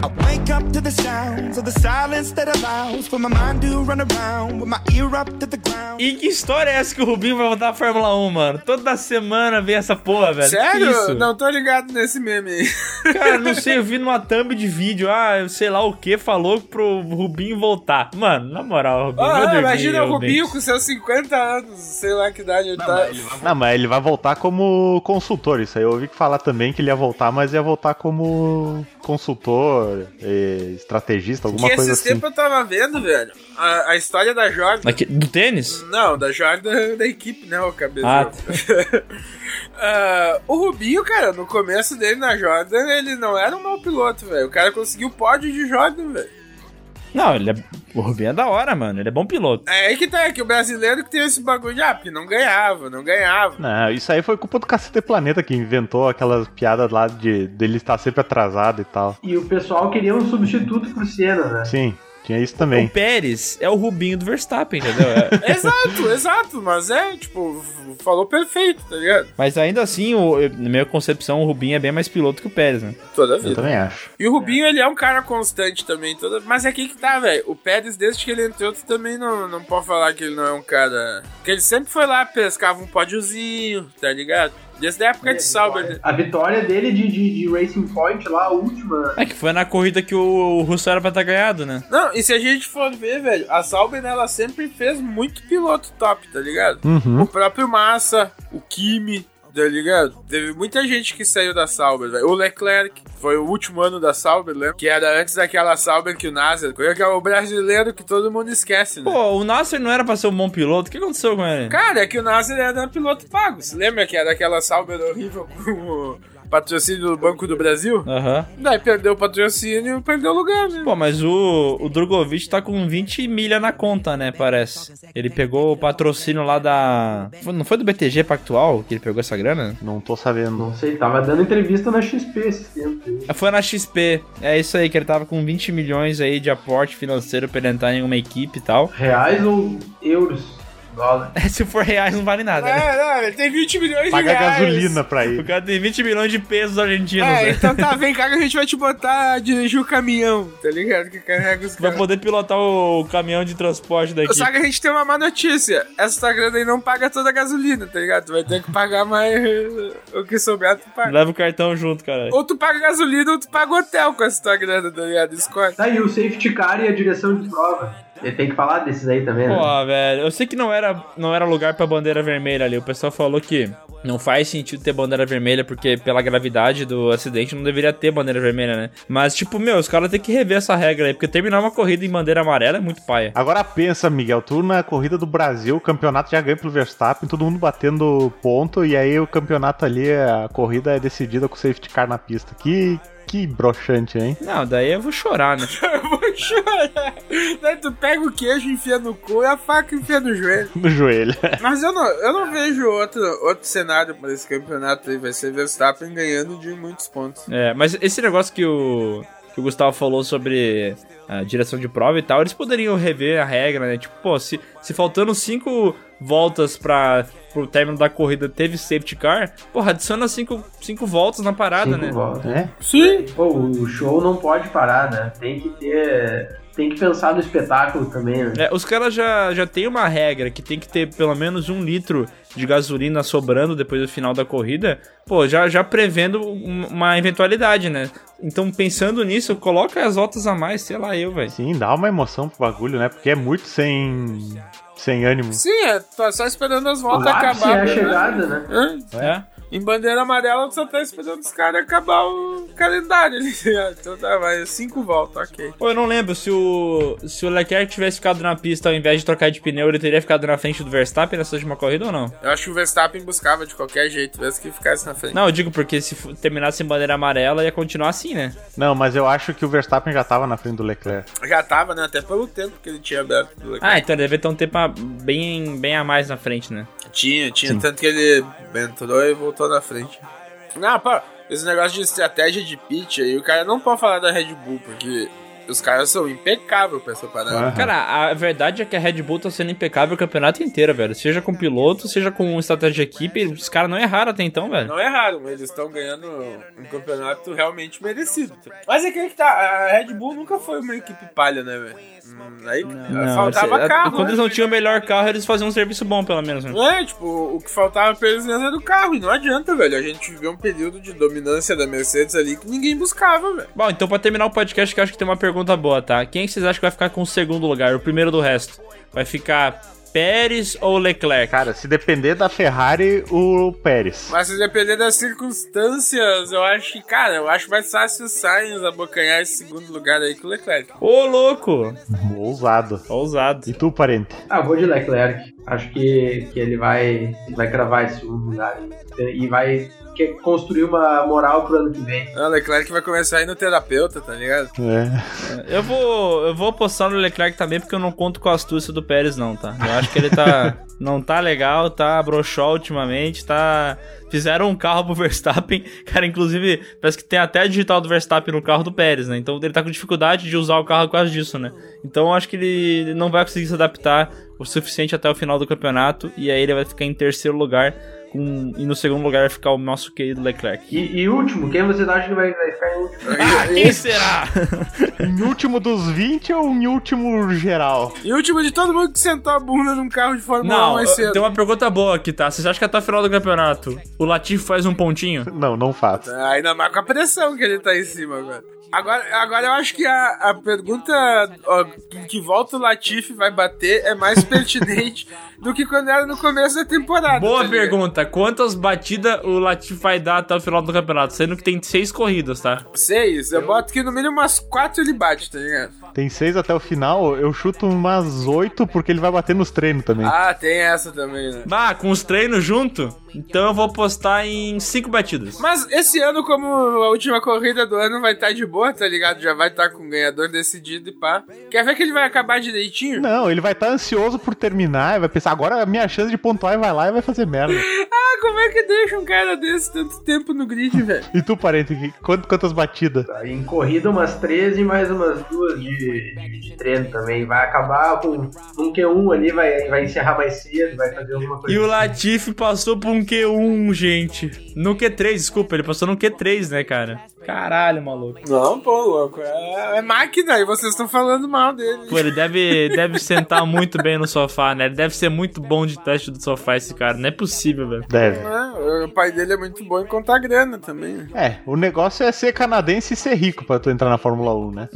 [SPEAKER 6] I wake
[SPEAKER 7] up to the sounds of the silence that allows for my mind to run around with my ear up to the ground.
[SPEAKER 4] E que história é essa que o Rubinho vai voltar à Fórmula 1, mano? Toda semana vem essa porra, velho. Que isso?
[SPEAKER 1] Sério? Não tô ligado nesse meme aí.
[SPEAKER 4] Cara, não sei, eu vi numa thumb de vídeo, ah, eu sei lá o que, falou pro Rubinho voltar. Mano, na moral, Rubinho,
[SPEAKER 1] Ah,
[SPEAKER 4] meu Deus,
[SPEAKER 1] imagina
[SPEAKER 4] meu
[SPEAKER 1] o Rubinho
[SPEAKER 4] Deus.
[SPEAKER 1] com seus 50 anos, sei lá que idade ele tá.
[SPEAKER 2] Não, mas ele vai voltar como consultor, isso aí eu ouvi que falar também que ele ia voltar, mas ia voltar como consultor, eh, estrategista, alguma
[SPEAKER 1] Que
[SPEAKER 2] coisa
[SPEAKER 1] esses
[SPEAKER 2] assim.
[SPEAKER 1] tempos eu tava vendo, velho, a, a história da Jordan.
[SPEAKER 4] Daqui- do tênis?
[SPEAKER 1] Não, da Jordan da equipe, né, o cabeça.
[SPEAKER 4] Ah, tá.
[SPEAKER 1] Ah, o Rubinho, cara, no começo dele na Jordan, ele não era um mau piloto, velho. O cara conseguiu o pódio de Jordan, velho.
[SPEAKER 4] Não, ele é... o Rubinho é da hora, mano, ele é bom piloto.
[SPEAKER 1] É aí que tá, é que o brasileiro que tem esse bagulho de, ah, porque não ganhava, não ganhava.
[SPEAKER 2] Não, isso aí foi culpa do Cacete Planeta que inventou aquelas piadas lá de dele estar sempre atrasado e tal.
[SPEAKER 5] E o pessoal queria um substituto pro Senna, né?
[SPEAKER 2] Sim, tinha isso
[SPEAKER 4] O
[SPEAKER 2] também.
[SPEAKER 4] Pérez é o Rubinho do Verstappen, entendeu? É-
[SPEAKER 1] exato, exato, mas é, tipo, f- falou perfeito, tá ligado?
[SPEAKER 4] Mas ainda assim, o, eu- na minha concepção, o Rubinho é bem mais piloto que o Pérez, né?
[SPEAKER 1] Toda
[SPEAKER 2] Eu
[SPEAKER 1] vida.
[SPEAKER 2] também acho.
[SPEAKER 1] E o Rubinho, ele é um cara constante também. Toda... Mas é aqui que tá, velho. O Pérez, desde que ele entrou, tu também não, não pode falar que ele não é um cara. Porque ele sempre foi lá, pescava um pódiozinho, tá ligado? Desde a época de Sauber.
[SPEAKER 5] A vitória dele de, de, de Racing Point lá, a última.
[SPEAKER 4] É que foi na corrida que o, o Russo era pra estar ganhado, né?
[SPEAKER 1] Não, e se a gente for ver, velho, a Sauber, ela sempre fez muito piloto top, tá ligado?
[SPEAKER 2] Uhum.
[SPEAKER 1] O próprio Massa, o Kimi, tá ligado? Teve muita gente que saiu da Sauber, velho. O Leclerc, foi o último ano da Sauber, lembra? Que era antes daquela Sauber que é o Nasser... Foi aquele brasileiro que todo mundo esquece, né?
[SPEAKER 4] Pô, o Nasser não era pra ser um bom piloto, o que aconteceu com ele?
[SPEAKER 1] Cara, é que o Nasser era piloto pago. Você lembra que era aquela Sauber horrível com o patrocínio do Banco do Brasil?
[SPEAKER 4] Aham.
[SPEAKER 1] Daí perdeu o patrocínio e perdeu o lugar, né?
[SPEAKER 4] Pô, mas o, o Drogovic tá com 20 milha na conta, né? Parece. Ele pegou o patrocínio lá da. foi- Não foi do BTG Pactual que ele pegou essa grana?
[SPEAKER 2] Não tô sabendo.
[SPEAKER 5] Não sei, tava dando entrevista na XP esse tempo.
[SPEAKER 4] Ah, Foi na XP. É isso aí, que ele tava com 20 milhões aí de aporte financeiro pra ele entrar em uma equipe e tal.
[SPEAKER 5] Reais ou euros? Dólar.
[SPEAKER 4] Se for reais, não vale nada, né?
[SPEAKER 1] É, não, ele tem 20 milhões de
[SPEAKER 2] Paga
[SPEAKER 1] reais.
[SPEAKER 2] gasolina pra
[SPEAKER 4] O
[SPEAKER 2] ele.
[SPEAKER 4] cara tem 20 milhões de pesos argentinos,
[SPEAKER 1] É,
[SPEAKER 4] né?
[SPEAKER 1] então tá, vem cá que a gente vai te botar a dirigir o caminhão, tá ligado? Que carrega os
[SPEAKER 4] Vai
[SPEAKER 1] caras.
[SPEAKER 4] poder pilotar o caminhão de transporte daqui.
[SPEAKER 1] Só que a gente tem uma má notícia. Essa grana aí não paga toda a gasolina, tá ligado? Tu vai ter que pagar mais o que sobrar, tu paga.
[SPEAKER 4] Leva o cartão junto, cara.
[SPEAKER 1] Ou tu paga gasolina ou tu paga hotel com essa tua grana, tá ligado? Escolhe.
[SPEAKER 5] Tá aí o safety car e a direção de prova. Ele tem que falar desses aí também, né?
[SPEAKER 4] Pô, velho, eu sei que não era, não era lugar pra bandeira vermelha ali. O pessoal falou que não faz sentido ter bandeira vermelha, porque pela gravidade do acidente não deveria ter bandeira vermelha, né? Mas, tipo, meu, os caras têm que rever essa regra aí, porque terminar uma corrida em bandeira amarela é muito paia.
[SPEAKER 2] Agora pensa, Miguel, tu na corrida do Brasil, o campeonato já ganha pelo Verstappen, todo mundo batendo ponto, e aí o campeonato ali, a corrida é decidida com o safety car na pista. Que, que broxante, hein?
[SPEAKER 4] Não, daí eu vou chorar, né?
[SPEAKER 1] Eu vou chorar. Daí tu pega o queijo, enfia no cu e a faca enfia no joelho.
[SPEAKER 2] No joelho.
[SPEAKER 1] Mas eu não, eu não vejo outro, outro cenário pra esse campeonato aí. Vai ser Verstappen ganhando de muitos pontos.
[SPEAKER 4] É, mas esse negócio que o, que o Gustavo falou sobre a direção de prova e tal, eles poderiam rever a regra, né? Tipo, pô, se, se faltando cinco voltas para pro término da corrida teve safety car, porra, adiciona cinco, cinco voltas na parada,
[SPEAKER 5] Cinco
[SPEAKER 4] né?
[SPEAKER 5] voltas.
[SPEAKER 2] É?
[SPEAKER 1] Sim.
[SPEAKER 5] Pô, o show não pode parar, né? Tem que ter. Tem que pensar no espetáculo também, né?
[SPEAKER 4] É, os caras já, já tem uma regra que tem que ter pelo menos um litro de gasolina sobrando depois do final da corrida, pô, já, já prevendo um- uma eventualidade, né? Então, pensando nisso, coloca as voltas a mais, sei lá, eu, velho.
[SPEAKER 2] Sim, dá uma emoção pro bagulho, né? Porque é muito sem. sem ânimo.
[SPEAKER 1] Sim, é, tá só esperando as
[SPEAKER 5] O
[SPEAKER 1] voltas
[SPEAKER 5] ápice
[SPEAKER 1] acabar.
[SPEAKER 5] é a
[SPEAKER 1] né?
[SPEAKER 5] chegada, né?
[SPEAKER 1] Hã?
[SPEAKER 4] É.
[SPEAKER 1] Em bandeira amarela, tu só tá esperando os caras acabar o calendário ali. Então tá, vai. Cinco voltas, ok.
[SPEAKER 4] Pô, eu não lembro se o, se o Leclerc tivesse ficado na pista ao invés de trocar de pneu, ele teria ficado na frente do Verstappen nessa última corrida ou não?
[SPEAKER 1] Eu acho que o Verstappen buscava de qualquer jeito, mesmo que ficasse na frente.
[SPEAKER 4] Não, eu digo porque se fu- terminasse em bandeira amarela ia continuar assim, né?
[SPEAKER 2] Não, mas eu acho que o Verstappen já tava na frente do Leclerc.
[SPEAKER 1] Já tava, né? Até pelo tempo que ele tinha aberto. do Leclerc.
[SPEAKER 4] Ah, então ele deve ter um tempo a- bem, bem a mais na frente, né?
[SPEAKER 1] Tinha, tinha. Tanto que ele entrou e voltou na frente. Não, pá, esse negócio de estratégia de pitch aí, o cara não pode falar da Red Bull, porque Os caras são impecáveis pra essa
[SPEAKER 5] Ah.
[SPEAKER 1] parada.
[SPEAKER 2] Aham.
[SPEAKER 4] Cara, a verdade é que a Red Bull tá sendo impecável o campeonato inteiro, velho. Seja com piloto, seja com estratégia de equipe, os caras não erraram até então, velho.
[SPEAKER 1] Não erraram, eles estão ganhando um campeonato realmente merecido. Mas é aquele que tá. A Red Bull nunca foi uma equipe palha, né, velho? Hum, aí
[SPEAKER 4] Não,
[SPEAKER 1] faltava
[SPEAKER 4] assim, a-
[SPEAKER 1] carro.
[SPEAKER 4] Quando
[SPEAKER 1] né?
[SPEAKER 4] eles não tinham o melhor carro, eles faziam um serviço bom, pelo menos. Né?
[SPEAKER 1] É, tipo, o que faltava pra eles mesmo era o carro. E não adianta, velho. A gente viveu um período de dominância da Mercedes ali que ninguém buscava, velho.
[SPEAKER 4] Bom, então pra terminar o podcast, que eu acho que tem uma pergunta boa, tá? Quem que vocês acham que vai ficar com o segundo lugar, o primeiro do resto? Vai ficar Pérez ou Leclerc?
[SPEAKER 2] Cara, se depender da Ferrari, o Pérez.
[SPEAKER 1] Mas se depender das circunstâncias, eu acho que, cara, eu acho mais fácil o Sainz abocanhar esse segundo lugar aí que o Leclerc.
[SPEAKER 4] Ô, louco!
[SPEAKER 2] Ousado. E
[SPEAKER 4] Ousado.
[SPEAKER 2] tu, parente?
[SPEAKER 5] Ah, eu vou de Leclerc. Acho que, que ele vai, vai cravar esse segundo lugar e, e vai que- construir uma moral pro ano que vem.
[SPEAKER 1] Ah, O Leclerc vai começar a ir no terapeuta, tá ligado?
[SPEAKER 2] É.
[SPEAKER 4] Eu vou, eu vou apostar no Leclerc também, porque eu não conto com a astúcia do Pérez, não, tá? Eu acho que ele tá. não tá legal, tá broxol ultimamente, tá. Fizeram um carro pro Verstappen. Cara, inclusive, parece que tem até a digital do Verstappen no carro do Pérez, né? Então ele tá com dificuldade de usar o carro por causa disso, né? Então eu acho que ele não vai conseguir se adaptar o suficiente até o final do campeonato. E aí ele vai ficar em terceiro lugar. com- e no segundo lugar vai ficar o nosso querido Leclerc.
[SPEAKER 5] E, e último, quem vocês acham que vai, vai ficar em último?
[SPEAKER 4] Ah, quem será?
[SPEAKER 2] Em último dos 20 ou em último geral?
[SPEAKER 1] E o último de todo mundo que sentou a bunda num carro de Fórmula 1
[SPEAKER 4] Não,
[SPEAKER 1] mais cedo.
[SPEAKER 4] tem uma pergunta boa aqui, tá? Vocês acham que até o final do campeonato o Latif faz um pontinho?
[SPEAKER 2] Não, não faço.
[SPEAKER 1] Tá, Ainda mais com a pressão que ele tá em cima agora. Agora, agora eu acho que a, a pergunta ó, em que volta o Latifi vai bater é mais pertinente do que quando era no começo da temporada. tá
[SPEAKER 4] Boa
[SPEAKER 1] ligado?
[SPEAKER 4] pergunta. Quantas batidas o Latif vai dar até o final do campeonato? Sendo que tem seis corridas, tá?
[SPEAKER 1] Seis, eu boto que no mínimo umas quatro ele bate, tá ligado?
[SPEAKER 2] Tem seis até o final, eu chuto umas oito porque ele vai bater nos treinos também.
[SPEAKER 1] Ah, tem essa também, né?
[SPEAKER 4] Ah, com os treinos junto? Então eu vou apostar em cinco batidas.
[SPEAKER 1] Mas esse ano, como a última corrida do ano vai estar de boa, tá ligado? Já vai estar com o ganhador decidido e pá. Quer ver que ele vai acabar direitinho?
[SPEAKER 2] Não, ele vai estar ansioso por terminar e vai pensar, agora a minha chance de pontuar e vai lá e vai fazer merda.
[SPEAKER 1] Ah, como é que deixa um cara desse tanto tempo no grid, velho?
[SPEAKER 2] E tu, parente, que- quant- quantas batidas?
[SPEAKER 5] Em corrida umas 13 e mais umas duas de, de, de treino também. Vai acabar com um Q1 ali, vai, vai encerrar mais cedo, vai fazer alguma coisa.
[SPEAKER 4] E o Latif passou por um Q1, gente. No Q3, desculpa, ele passou no Q3, né, cara? Caralho, maluco.
[SPEAKER 1] Não, pô, louco. É, é máquina e vocês estão falando mal dele.
[SPEAKER 4] Pô, ele deve, deve sentar muito bem no sofá, né? Ele deve ser muito bom de teste do sofá, esse cara. Não é possível, velho.
[SPEAKER 2] Deve.
[SPEAKER 1] É, o pai dele é muito bom em contar grana também.
[SPEAKER 2] É, o negócio é ser canadense e ser rico pra tu entrar na Fórmula 1, né?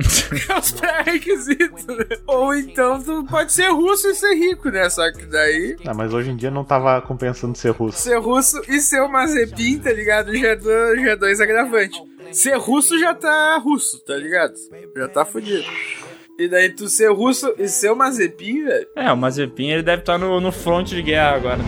[SPEAKER 1] É os pré-requisitos, né? Ou então tu pode ser russo e ser rico, né? Só que daí.
[SPEAKER 2] Ah, mas hoje em dia não tava compensando ser russo.
[SPEAKER 1] Ser russo e ser o Mazepin, tá ligado? Já é do- já é dois agravante. Ser russo já tá russo, tá ligado? Já tá fudido. E daí tu ser russo e ser o Mazepin, velho.
[SPEAKER 4] É, o Mazepin, ele deve estar no, no front de guerra agora.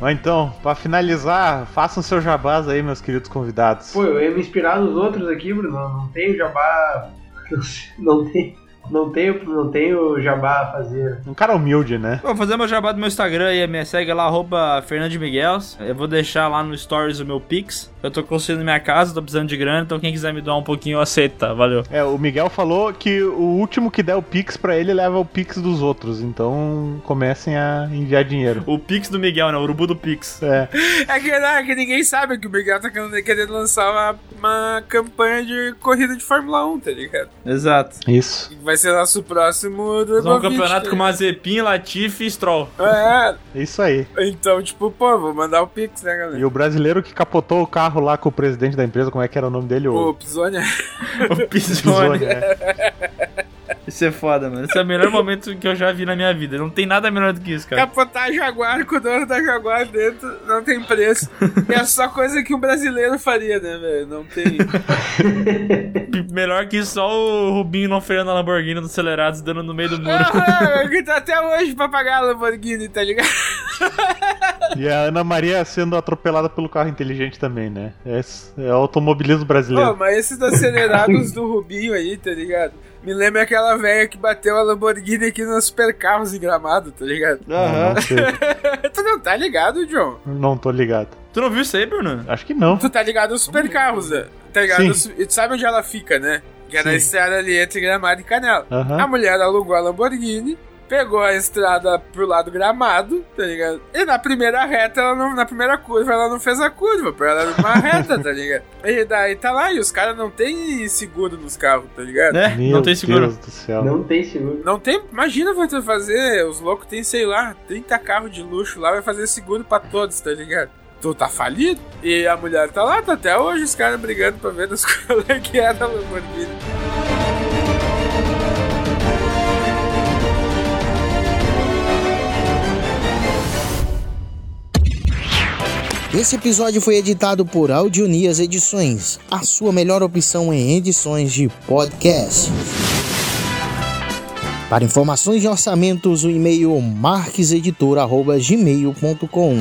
[SPEAKER 2] Mas então, pra finalizar, façam seu jabás aí, meus queridos convidados.
[SPEAKER 5] Pô, eu ia me inspirar nos outros aqui, Bruno. Não tenho jabá. Não tenho. Não tenho, não tenho jabá a fazer.
[SPEAKER 2] Um cara humilde, né?
[SPEAKER 4] Vou fazer meu jabá do meu Instagram aí, me segue lá, arroba FernandMiguels. Eu vou deixar lá no Stories o meu Pix. Eu tô construindo minha casa, tô precisando de grana, então quem quiser me doar um pouquinho, eu aceito, tá? Valeu.
[SPEAKER 2] É, o Miguel falou que o último que der o Pix pra ele leva o Pix dos outros, então comecem a enviar dinheiro.
[SPEAKER 4] O Pix do Miguel, né? O urubu do Pix.
[SPEAKER 2] É,
[SPEAKER 1] É que, não, é que ninguém sabe que o Miguel tá querendo querendo lançar uma, uma campanha de corrida de Fórmula 1, tá ligado?
[SPEAKER 4] Exato.
[SPEAKER 2] isso.
[SPEAKER 1] Vai ser nosso próximo do
[SPEAKER 4] Fazer um campeonato com
[SPEAKER 1] né?
[SPEAKER 4] Mazepin, Latifi e Stroll.
[SPEAKER 1] É,
[SPEAKER 2] É isso aí.
[SPEAKER 1] então, tipo, pô, vou mandar o Pix, né, galera?
[SPEAKER 2] E o brasileiro que capotou o carro lá com o presidente da empresa, como é que era o nome dele?
[SPEAKER 1] Pô,
[SPEAKER 2] O
[SPEAKER 1] Pisônia.
[SPEAKER 2] Pisoni,
[SPEAKER 4] O Pisoni.
[SPEAKER 2] né?
[SPEAKER 4] Isso é foda, mano. Esse é o melhor momento que eu já vi na minha vida. Não tem nada melhor do que
[SPEAKER 1] É
[SPEAKER 4] isso, cara.
[SPEAKER 1] Capotar Jaguar com o dono da Jaguar dentro não tem preço. E é só coisa que um brasileiro faria, né, velho? Não tem.
[SPEAKER 4] Melhor que só o Rubinho não freando a Lamborghini dos acelerados dando no meio do muro.
[SPEAKER 1] Ah, eu grito até hoje pra pagar a Lamborghini, tá ligado?
[SPEAKER 2] E a Ana Maria sendo atropelada pelo carro inteligente também, né? É, é o automobilismo brasileiro.
[SPEAKER 1] Pô, mas esses acelerados do Rubinho aí, tá ligado? Me lembra aquela velha que bateu a Lamborghini aqui nos
[SPEAKER 2] Né?
[SPEAKER 1] supercarros em gramado, tá ligado?
[SPEAKER 2] Não, não sei.
[SPEAKER 1] tu não tá ligado, John?
[SPEAKER 2] Não tô ligado.
[SPEAKER 4] Tu não viu isso aí, Bruno?
[SPEAKER 2] Acho que não.
[SPEAKER 1] Tu tá ligado aos supercarros, né? Tá ligado?
[SPEAKER 2] Sim.
[SPEAKER 1] aos- E tu sabe onde ela fica, né? Que é na
[SPEAKER 2] Sim.
[SPEAKER 1] estrada ali entre Gramado e Canela.
[SPEAKER 2] Aham.
[SPEAKER 1] A mulher alugou a Lamborghini, pegou a estrada pro lado Gramado, tá ligado? E na primeira reta, ela não, na primeira curva, ela não fez a curva, pra ela era uma reta, tá ligado? E daí tá lá, e os caras não tem seguro nos carros, tá ligado?
[SPEAKER 4] Né?
[SPEAKER 2] Meu
[SPEAKER 4] não tem seguro.
[SPEAKER 2] Deus do céu.
[SPEAKER 5] Não tem seguro.
[SPEAKER 1] Não tem, imagina vai ter que fazer, os loucos tem, sei lá, 30 carros de luxo lá, vai fazer seguro pra todos, tá ligado? Tu tá falido? E a mulher tá lá, tá até hoje os caras brigando pra ver das coisas que era a Lamborghini.
[SPEAKER 8] Esse episódio foi editado por Audionias Edições, a sua melhor opção em edições de podcast. Para informações de orçamentos, o e-mail marqueseditor.gmail.com.